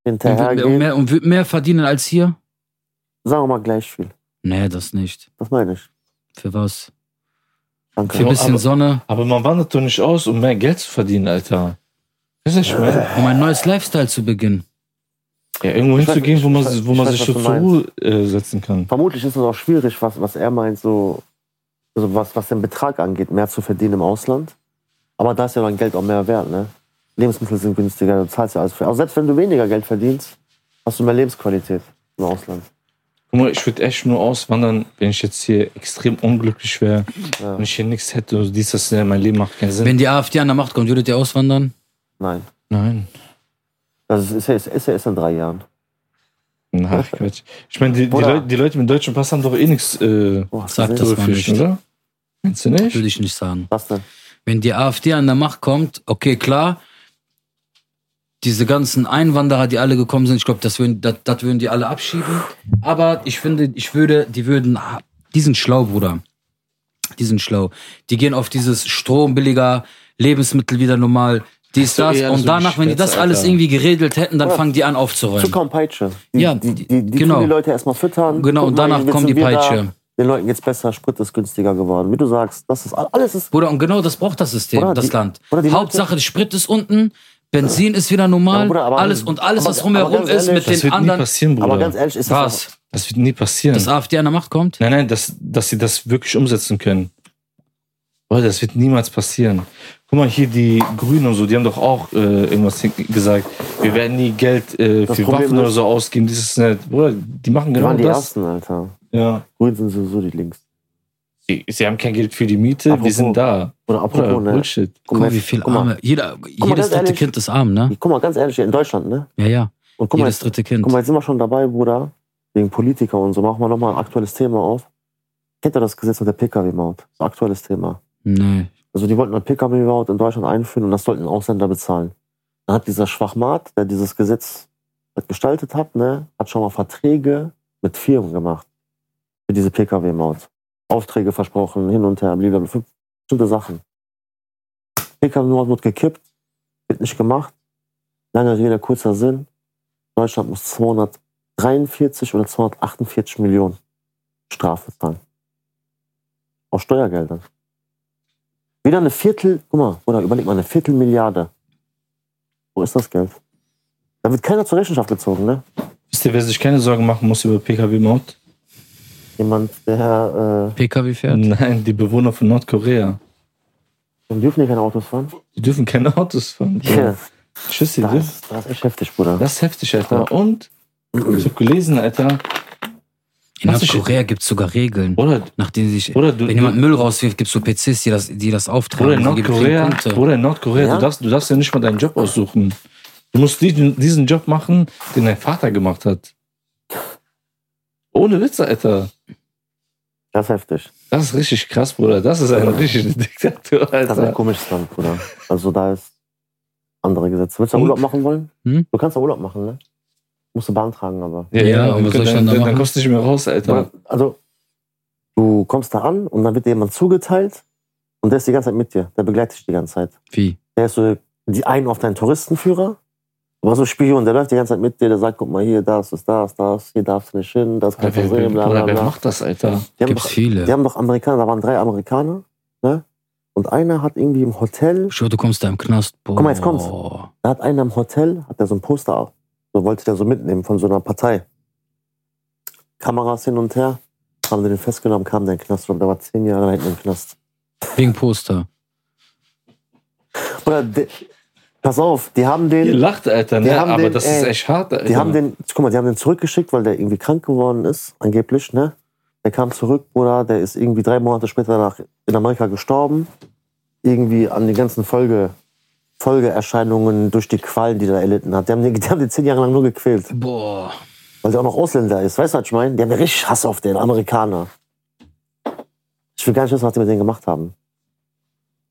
C: Und würd, und,
B: hinterhergehen.
C: mehr, und würd mehr verdienen als hier?
B: Sagen wir mal gleich viel.
C: Nee, das nicht.
B: Das meine ich.
C: Für was? Für
B: Danke.
C: ein bisschen
A: aber-
C: Sonne,
A: Aber man wandert doch nicht aus, um mehr Geld zu verdienen, Alter. Das ist ja schwer.
C: um ein neues Lifestyle zu beginnen.
A: Ja, irgendwo
B: Ich weiß-
A: hinzugehen, wo man,
B: ich weiß-
A: wo man
B: ich weiß,
A: sich so
B: was du
A: zur Ruhe äh, setzen kann.
B: Vermutlich ist es auch schwierig, was, was er meint, so, also was, was den Betrag angeht, mehr zu verdienen im Ausland. Aber da ist ja dein Geld auch mehr wert, ne? Lebensmittel sind günstiger, du zahlst ja alles für. Also selbst wenn du weniger Geld verdienst, hast du mehr Lebensqualität im Ausland.
A: Guck mal, ich würde echt nur auswandern, wenn ich jetzt hier extrem unglücklich wäre
B: Ja.
A: und ich hier nichts hätte. Also dies, das, ja, mein Leben macht keinen Sinn.
C: Wenn die AfD an der Macht kommt, würdet ihr auswandern?
B: Nein. Also
A: Nein.
B: Das ist, ist, ja- ist, ja- ist ja erst in drei Jahren.
A: Ach, Quatsch. Ich meine, die, die,
B: Bruder.
A: Leute, die Leute mit deutschem Pass haben doch eh nichts äh,
B: Oh, hast du
C: Sag
B: gesehen?
C: das. war
A: Fisch,
C: nicht. Also
A: oder? Meinst du nicht?
C: Würde ich nicht sagen.
B: Was denn?
C: Wenn die AfD an der Macht kommt, okay, klar, diese ganzen Einwanderer, die alle gekommen sind, ich glaube, das würden, das, das würden die alle abschieben. Aber ich finde, ich würde, die würden, ah, die sind schlau, Bruder. Die sind schlau. Die gehen auf dieses Strom billiger, Lebensmittel wieder normal, dies,
A: so,
C: das.
A: eher so
C: Und
A: die
C: danach, wenn die das
A: Spitze,
C: alles
A: Alter.
C: irgendwie geregelt hätten, dann
B: Ja.
C: fangen die an aufzuräumen.
B: Zucker und Peitsche. Die,
C: Ja,
B: die, die, die
C: genau.
B: tun die Leute erstmal füttern.
C: Genau,
B: Guck
C: und
B: mal,
C: danach
B: jetzt
C: kommt
B: sind
C: die
B: wir da.
C: Peitsche.
B: Den Leuten geht's besser, Sprit ist günstiger geworden. Wie du sagst, das ist alles ist.
C: Bruder, und genau das braucht das System,
B: Bruder,
C: das
B: die-
C: Land.
B: Bruder, die Leute-
C: Hauptsache, der Sprit ist unten, Benzin ist wieder normal,
B: Ja, Bruder, aber-
C: alles und alles,
B: aber-
C: was rumherum
B: aber ganz
C: ist, mit
B: ehrlich,
A: Das
C: den
A: wird nie
C: anderen.
A: passieren, Bruder.
B: Aber ganz ehrlich, ist das.
C: Was?
A: das wird nie passieren.
C: Dass AfD an der Macht kommt?
A: Nein, nein, dass, dass sie das wirklich umsetzen können. Boah, das wird niemals passieren. Guck mal, hier die Grünen und so, die haben doch auch äh, irgendwas hin- gesagt. Wir werden nie Geld äh,
B: Das
A: für
B: Problem
A: Waffen oder
B: ist-
A: so ausgeben. Dieses nicht. Bruder, die machen
B: Die
A: genau
B: waren die
A: das.
B: Ersten, Alter.
A: Ja.
B: Grün sind sowieso die Links.
A: Sie, sie haben kein Geld für die Miete, die
B: Apropos-
A: sind da.
B: Oder apropos,
A: Bruder,
B: ne?
A: Bullshit.
C: Guck mal, wie viel
B: guck mal.
C: Arme. Jeder, jedes
B: ganz
C: dritte
B: ehrlich.
C: Kind ist arm, ne?
B: Guck mal, ganz ehrlich, in Deutschland, ne?
C: Ja, ja.
B: Und guck mal,
C: jedes
B: jetzt,
C: dritte Kind.
B: guck mal, jetzt sind wir schon dabei, Bruder. Wegen Politiker und so. Machen wir nochmal ein aktuelles Thema auf. Kennt ihr das Gesetz mit der Pkw-Maut? Das ist ein aktuelles Thema.
C: Nee.
B: Also die wollten eine Pkw-Maut in Deutschland einführen und das sollten Ausländer bezahlen. Dann hat dieser Schwachmat, der dieses Gesetz halt gestaltet hat, ne, hat schon mal Verträge mit Firmen gemacht für diese Pkw-Maut. Aufträge versprochen, hin und her, blablabla, fünf bestimmte Sachen. Pkw-Maut wird gekippt, wird nicht gemacht. Lange Rede, kurzer Sinn. Deutschland muss 243 oder 248 Millionen Strafe zahlen. Aus Steuergeldern. Wieder eine Viertel, guck mal, oder überleg mal, eine Viertelmilliarde. Wo ist das Geld? Da wird keiner zur Rechenschaft gezogen, ne?
A: Wisst ihr, wer sich keine Sorgen machen muss über PKW-Maut?
B: Jemand, der,
C: PKW fährt?
A: Nein, die Bewohner von Nordkorea.
B: äh, dann dürfen hier keine Autos fahren.
A: Die dürfen keine Autos fahren.
B: Ja,
A: Tschüss, die
B: das,
A: dürfen.
B: ist, das ist echt heftig, Bruder.
A: Das ist heftig, Alter. Und, ich hab gelesen, Alter.
C: In
A: Hast du
C: Nordkorea gibt es sogar Regeln,
A: Oder,
C: nachdem sich.
A: oder du,
C: Wenn jemand Müll rauswirft, gibt es so PCs, die das, die das auftragen.
A: Bruder, in
C: Die geben
A: Nordkorea,
C: Punkte.
A: Bruder, in Nordkorea
B: Ja?
A: du, darfst, du darfst ja nicht mal deinen Job aussuchen. Du musst diesen, diesen Job machen, den dein Vater gemacht hat. Ohne Witze, Alter.
B: Das ist heftig.
A: Das ist richtig krass, Bruder. Das ist eine richtige Diktatur,
B: Das ist ein
A: Alter.
B: komisches Land, Bruder. Also da ist andere Gesetze. Willst du
A: Und-
B: Urlaub machen wollen?
C: Hm?
B: Du kannst ja Urlaub machen, ne? Musst du beantragen, aber.
A: Ja,
C: Ja,
A: ja,
C: aber
A: dann,
C: was soll ich
A: dann,
C: denn da
A: dann,
C: machen?
A: kommst du nicht mehr raus, Alter.
B: Also, du kommst da an und dann wird dir jemand zugeteilt und der ist die ganze Zeit mit dir. Der begleitet dich die ganze Zeit.
C: Wie?
B: Der ist so die einen auf deinen Touristenführer, aber so Spion, der läuft die ganze Zeit mit dir, der sagt, guck mal, hier darfst du, das, das, hier darfst du nicht hin, das
A: Bruder,
B: kannst
A: wer,
B: du
A: wer,
B: sehen, bla bla
A: Bruder, wer
B: bla.
A: macht das, Alter?
B: Die haben,
C: Gibt es
B: doch, die
C: viele.
B: haben doch Amerikaner, da waren drei Amerikaner, ne? Und einer hat irgendwie im Hotel,
C: Ich höre, du kommst da im Knast. Boah.
B: mal, jetzt kommt's. da hat einer im Hotel, hat der so ein Poster auch, so wollte der so mitnehmen von so einer Partei. Kameras hin und her, haben sie den festgenommen, kam der in den Knast, ich glaub, der war zehn Jahre hinten im Knast.
C: Wegen Poster.
B: Oder de, pass auf, die haben
A: Ihr
B: den,
A: lacht, Alter,
B: Die
A: ne?
B: haben
A: Aber
B: den,
A: das
B: ey,
A: ist echt hart, Alter.
B: die haben den, guck mal, die haben den zurückgeschickt, weil der irgendwie krank geworden ist, angeblich, ne? Der kam zurück, Bruder, der ist irgendwie drei Monate später nach, in Amerika gestorben. Irgendwie an den ganzen Folge, Folgeerscheinungen durch die Qualen, die der erlitten hat. Die haben den, die haben den zehn Jahre lang nur gequält,
C: Boah.
B: weil der auch noch Ausländer ist. Weißt du, was ich meine? Die haben richtig Hass auf den, Amerikaner. Ich will gar nicht wissen, was die mit denen gemacht haben.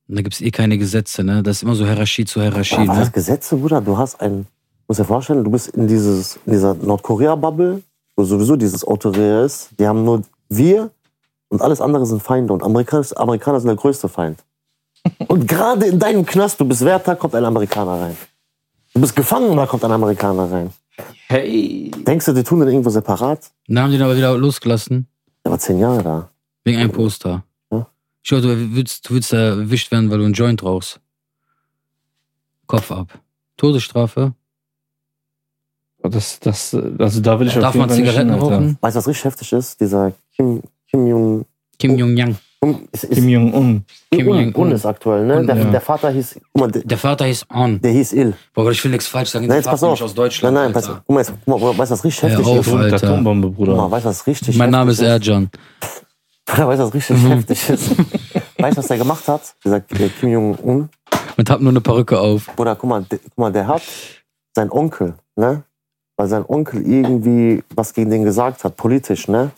C: Und da gibt es eh keine Gesetze, ne? Das ist immer so Hierarchie zu Hierarchie,
B: Aber
C: ne?
B: das Gesetze, Bruder, du hast ein, muss dir vorstellen, du bist in, dieses, in dieser Nordkorea-Bubble, wo sowieso dieses Autoritär ist. Die haben nur wir und alles andere sind Feinde. Und Amerikaner, Amerikaner sind der größte Feind. Und gerade in deinem Knast, du bist Wärter, kommt ein Amerikaner rein. Du bist Gefangener, kommt ein Amerikaner rein.
A: Hey!
B: Denkst du, die tun den irgendwo separat?
C: Dann haben die ihn aber wieder losgelassen.
B: Der war zehn Jahre da.
C: Wegen einem Poster.
B: Ja.
C: Ich höre, du würdest, du würdest da erwischt werden, weil du einen Joint rauchst. Kopf ab. Todesstrafe.
A: Das, das, also da will ich
C: Darf
A: auf jeden
C: man
A: Fall nicht hin,
C: Zigaretten
A: Alter.
C: rauchen?
B: Weißt du, was richtig heftig ist? Dieser Kim, Kim Jong...
C: Kim Jong-yang.
B: Un- Ist, ist,
A: Kim Jong-un.
C: Kim
B: Un,
C: Jong-un.
B: Un ist aktuell, ne?
C: Un,
B: Der,
C: ja.
B: der Vater hieß... Guck mal, der,
C: Der Vater hieß On.
B: der hieß Il.
C: Boah, aber ich will nichts falsch sagen.
B: Nein,
C: Der
B: jetzt pass
C: Vater
B: auf.
C: mich aus Deutschland.
B: Nein, nein, pass,
C: Alter.
B: guck mal, jetzt, guck mal, weißt du, was richtig
C: Hör
B: heftig
C: auf.
B: ist?
A: Atombombe,
C: Alter.
A: Atombombe, Bruder.
B: Guck mal, weißt du, was richtig
C: Mein
B: heftig
C: Name ist Mhm.
B: ist?
C: Erjan.
B: Bruder, weißt du, was richtig heftig ist? Weißt du, was der gemacht hat? Dieser äh, Kim Jong-un.
C: Und hab nur eine Perücke auf.
B: Bruder, guck mal, der, guck mal, der hat seinen Onkel, ne? weil sein Onkel irgendwie was gegen den gesagt hat, politisch, ne?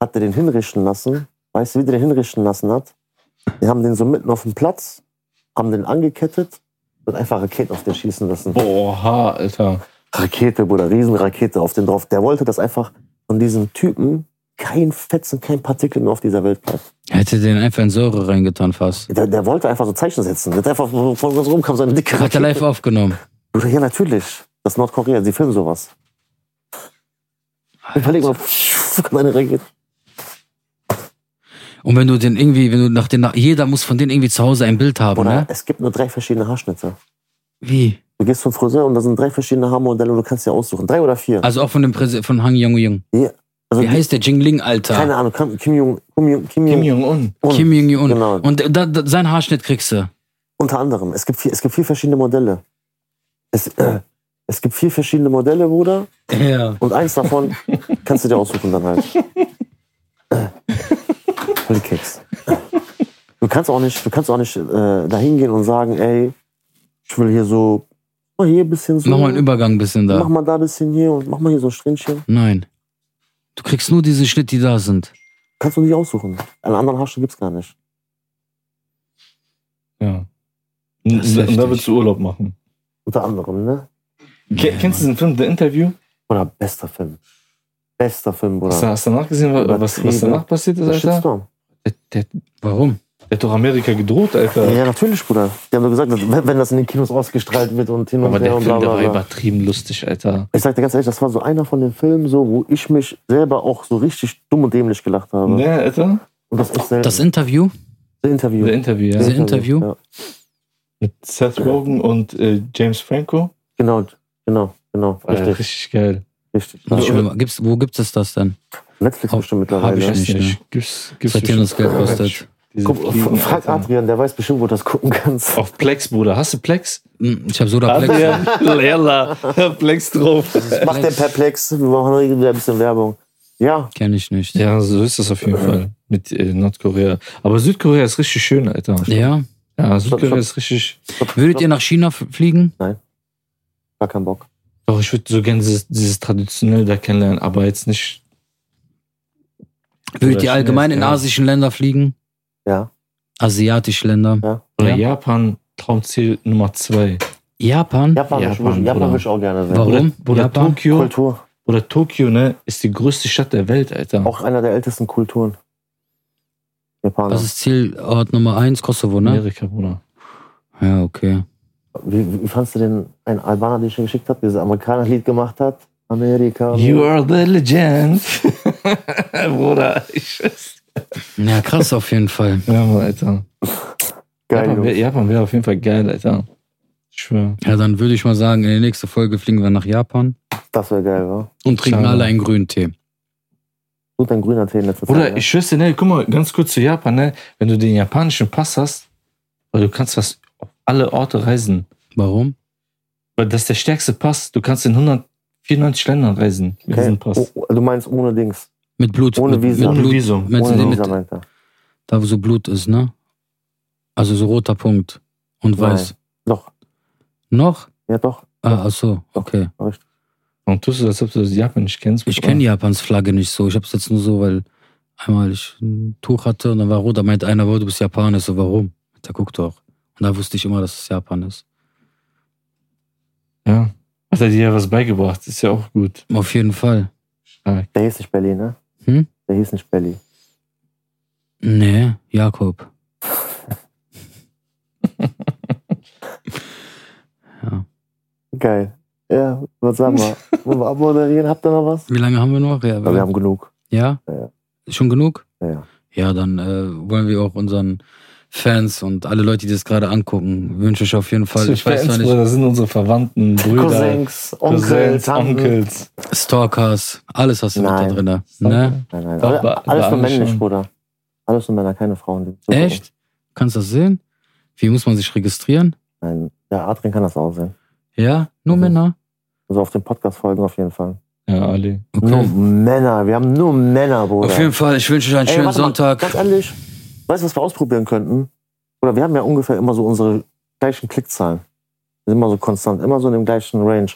B: Hat er den hinrichten lassen. Weißt du, wie der den hinrichten lassen hat? Die haben den so mitten auf dem Platz, haben den angekettet und einfach Raketen auf den schießen lassen.
A: Boah, Alter.
B: Rakete, Bruder, Riesenrakete auf den drauf. Der wollte, dass einfach von diesem Typen kein Fetzen, kein Partikel mehr auf dieser Welt bleibt.
C: Hätte den einfach in Säure reingetan fast.
B: Der, der wollte einfach so Zeichen setzen. Der hat einfach von von uns rumkam, so eine dicke
C: Hat er live aufgenommen.
B: Bruder, ja, natürlich. Das ist Nordkorea, sie filmen sowas. Überleg mal, pff, meine Rakete.
C: Und wenn du den irgendwie, wenn du nach den, nach, jeder muss von denen irgendwie zu Hause ein Bild haben,
B: Bruder,
C: ne?
B: es gibt nur drei verschiedene Haarschnitte.
C: Wie?
B: Du gehst zum Friseur und da sind drei verschiedene Haarmodelle und du kannst dir aussuchen. Drei oder vier.
C: Also auch von dem Präse von Hang Young Jung.
B: Ja, also
C: Wie
B: die-
C: heißt der Jingling, Alter?
B: keine Ahnung, Kim Kim Jong, Kim Jong, Kim Jong,
A: Kim Jong-un.
C: Kim Jong Un.
B: Genau.
C: Und da, da, sein Haarschnitt kriegst du.
B: Unter anderem. Es gibt vier, es gibt vier verschiedene Modelle. Es, äh, es gibt vier verschiedene Modelle, Bruder.
C: Ja.
B: Und eins davon kannst du dir aussuchen dann halt. Holy Keks. Du kannst auch nicht, du kannst auch nicht äh, dahin gehen und sagen, ey, ich will hier so, mach mal hier ein bisschen so,
C: Mach mal einen Übergang ein bisschen
B: mach
C: da.
B: mal da ein bisschen hier und mach mal hier so ein Strähnchen.
C: Nein. Du kriegst nur diese Schnitt, die da sind.
B: Kannst du nicht aussuchen. Einen anderen Haarschnitt gibt's gar nicht.
A: Ja.
C: Das ist
A: Und, und da
C: heftig.
A: willst du Urlaub machen.
B: Unter anderem, ne?
A: Ke- Kennst du diesen Film, The Interview?
B: Oder bester Film. Bester Film,
A: Hast du,
B: Bruder.
A: hast du danach gesehen, wa- was, was
B: Übertrieben.
A: danach passiert ist,
B: Der
A: Alter?
B: Shitstorm.
A: Der, der, der
C: Warum?
A: hat doch Amerika gedroht, Alter.
B: Ja, natürlich, Bruder. Die haben doch gesagt, dass, wenn- wenn das in den Kinos ausgestrahlt wird und hin und
A: Aber
B: her
A: der
B: und
A: Film,
B: bla
A: der
B: bla
A: war
B: bla.
A: übertrieben lustig, Alter.
B: Ich sag dir ganz ehrlich, das war so einer von den Filmen, so, wo ich mich selber auch so richtig dumm und dämlich gelacht habe.
A: Ne, Alter?
B: Und das ist selten.
C: Das Interview?
B: das
A: The
B: Interview.
A: Interview, ja.
C: Das Interview?
B: Ja.
A: Mit Seth Rogen und äh, James Franco.
B: Genau, genau, genau.
A: Alter,
B: Richtig,
A: richtig geil.
B: richtig.
C: Muss ich
A: Ja.
C: mir mal- Gibt's, wo gibt es das denn?
B: Netflix
C: Hab-
B: bestimmt
C: hab
B: mittlerweile.
C: ich
A: Weiß
C: nicht,
A: nicht. ne? Gibt's, gibt's
C: Seitdem das Geld
A: bestimmt.
C: kostet.
A: Diese
B: Guck,
A: Fliegen,
B: frag
A: Alter.
B: Adrian, der weiß bestimmt, wo du das gucken kannst.
A: Auf Plex, Bruder. Hast du Plex?
C: Hm, Ich habe so
B: Also,
C: da Plex.
A: Adrian, Leerla. Plex drauf.
B: Macht den perplex. Wir machen wieder ein bisschen Werbung. Ja,
C: Kenn ich nicht. Ja.
A: Ja, so ist das auf jeden Fall mit äh, Nordkorea. Aber Südkorea ist richtig schön, Alter. Ja, Südkorea ist richtig.
C: Würdet ihr nach China f- fliegen?
B: gar keinen Bock.
A: Doch, ich würde so gerne dieses, dieses traditionelle da kennenlernen, aber jetzt nicht.
C: Würdet ihr
A: China
C: allgemein
A: ist,
C: in
A: ja.
C: asischen Länder fliegen?
B: Ja.
C: Asiatische Länder.
A: Oder
C: Ja.
A: Japan, Traumziel Nummer zwei.
B: Japan,
C: Japan?
A: Japan,
B: Japan, Japan,
A: Bruder.
B: Japan würde ich auch gerne sehen.
C: Warum?
A: Oder, oder
C: Japan?
A: Tokio.
B: Kultur.
A: Oder Tokio, ne? Ist die größte Stadt der Welt, Alter.
B: Auch einer der ältesten Kulturen. Japaner.
C: Das ist Zielort Nummer eins, Kosovo, ne?
A: Amerika, Bruder.
C: Ja, okay.
B: Wie, wie- wie fandst du den einen Albaner, den ich dir geschickt habe, der dieses Amerikaner-Lied gemacht hat? Amerika.
A: You are the legend. Bruder, ich schätze.
C: Ja, krass auf jeden Fall.
A: Ja, Mann, Alter.
B: Geil,
A: Japan
B: Jungs.
A: wäre Japan wär auf jeden Fall geil, Alter. Ich schwöre.
C: Ja, dann würde ich mal sagen, in der nächsten Folge fliegen wir nach Japan
B: Das wäre geil, wa?
C: und trinken
A: Schauen wir.
C: alle einen grünen Tee.
B: Gut, ein grüner Tee in letzter Zeit.
A: Bruder,
B: ne?
A: ich schwör's dir, ne, guck mal, ganz kurz zu Japan, ne? Wenn du den japanischen Pass hast, weil du kannst fast auf alle Orte reisen.
C: Warum?
A: Weil das ist der stärkste Pass. Du kannst in 194 Ländern reisen mit
B: Okay.
A: diesem Pass.
B: Oh, oh, du meinst ohne Dings.
C: Mit Blut.
B: Ohne
C: mit,
B: Visa.
C: Mit
A: Ohne
C: Blut,
A: Visum.
C: Mit,
B: ohne
C: mit,
B: Visa, meint er.
C: da, wo so Blut ist, ne? Also so roter Punkt und
B: Nein.
C: weiß.
B: Doch.
C: Noch?
B: Ja, doch.
C: Ah, ach so, okay.
A: Warum tust du das, als ob du das Japan nicht kennst?
C: Ich kenne Japans Flagge nicht so. Ich habe es jetzt nur so, weil einmal ich ein Tuch hatte und dann war rot. Da meinte einer, wow, du bist Japaner. Ich so, warum? Da guckt doch. Und da wusste ich immer, dass es Japan ist.
A: Ja. Hat er dir ja was beigebracht? Ist ja auch gut.
C: Auf jeden Fall.
A: Stark.
B: Der hieß nicht Berlin, ne?
C: Hm?
B: Der hieß nicht Berlin.
C: Nee, Jakob.
B: Geil. Ja, was sagen wir? Wollen wir abmoderieren? Habt ihr noch was?
C: Wie lange haben wir noch? Ja,
B: Ja, wir haben genug.
C: Ja?
B: Ja.
C: Schon genug?
B: Ja, ja.
C: Ja, dann äh, wollen wir auch unseren Fans und alle Leute, die das gerade angucken, wünsche ich auf jeden Fall. Ich weiß zwar nicht,
A: das sind unsere Verwandten, Brüder,
B: Cousins, Onkel,
A: Cousins,
B: Tanten.
A: Onkels.
C: Stalkers, alles hast du
B: Nein.
C: mit da drin. Ne?
B: Nein, nein.
A: Doch,
B: Alle-
A: bei- bei
B: alles nur
A: allen
B: männlich,
A: schon.
B: Bruder. Alles nur Männer, keine Frauen.
C: Echt? Kannst du das sehen? Wie muss man sich registrieren?
B: Nein. Ja, Adrian kann das auch sehen.
C: Ja? Nur
B: Mhm.
C: Männer?
B: Also auf den Podcast-Folgen auf jeden Fall.
A: Ja, Ali.
C: Okay.
B: Nur Männer. Wir haben nur Männer, Bruder.
C: Auf jeden Fall, ich wünsche euch einen
B: Ey,
C: schönen
B: warte mal,
C: Sonntag.
B: Ganz ehrlich, weißt du, was wir ausprobieren könnten? Oder wir haben ja ungefähr immer so unsere gleichen Klickzahlen. Wir sind immer so konstant, immer so in dem gleichen Range.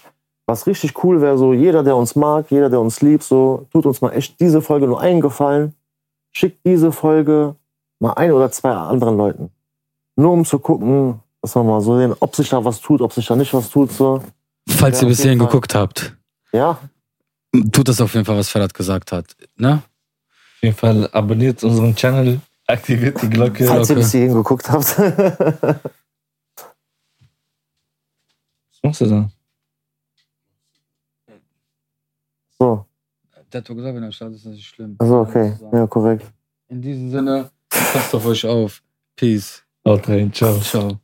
B: Was richtig cool wäre, so jeder, der uns mag, jeder, der uns liebt, so tut uns mal echt diese Folge nur einen Gefallen. Schickt diese Folge mal ein oder zwei anderen Leuten. Nur um zu gucken, dass wir mal so sehen, ob sich da was tut, ob sich da nicht was tut. So.
C: Falls
B: Ja, auf
C: ihr bis hierhin
B: jeden Fall.
C: geguckt habt,
B: Ja,
C: tut das auf jeden Fall, was Ferhat gesagt hat. Ne?
A: Auf jeden Fall abonniert unseren Channel, aktiviert die Glocke.
B: falls ihr
C: okay.
B: bis hierhin geguckt habt.
A: Was machst du da?
B: so,
C: Der hat doch gesagt, wenn er startet, ist das nicht schlimm.
B: also okay. Ja, korrekt.
C: In diesem Sinne, passt auf euch auf. Peace.
A: Haut rein, ciao.
C: Ciao.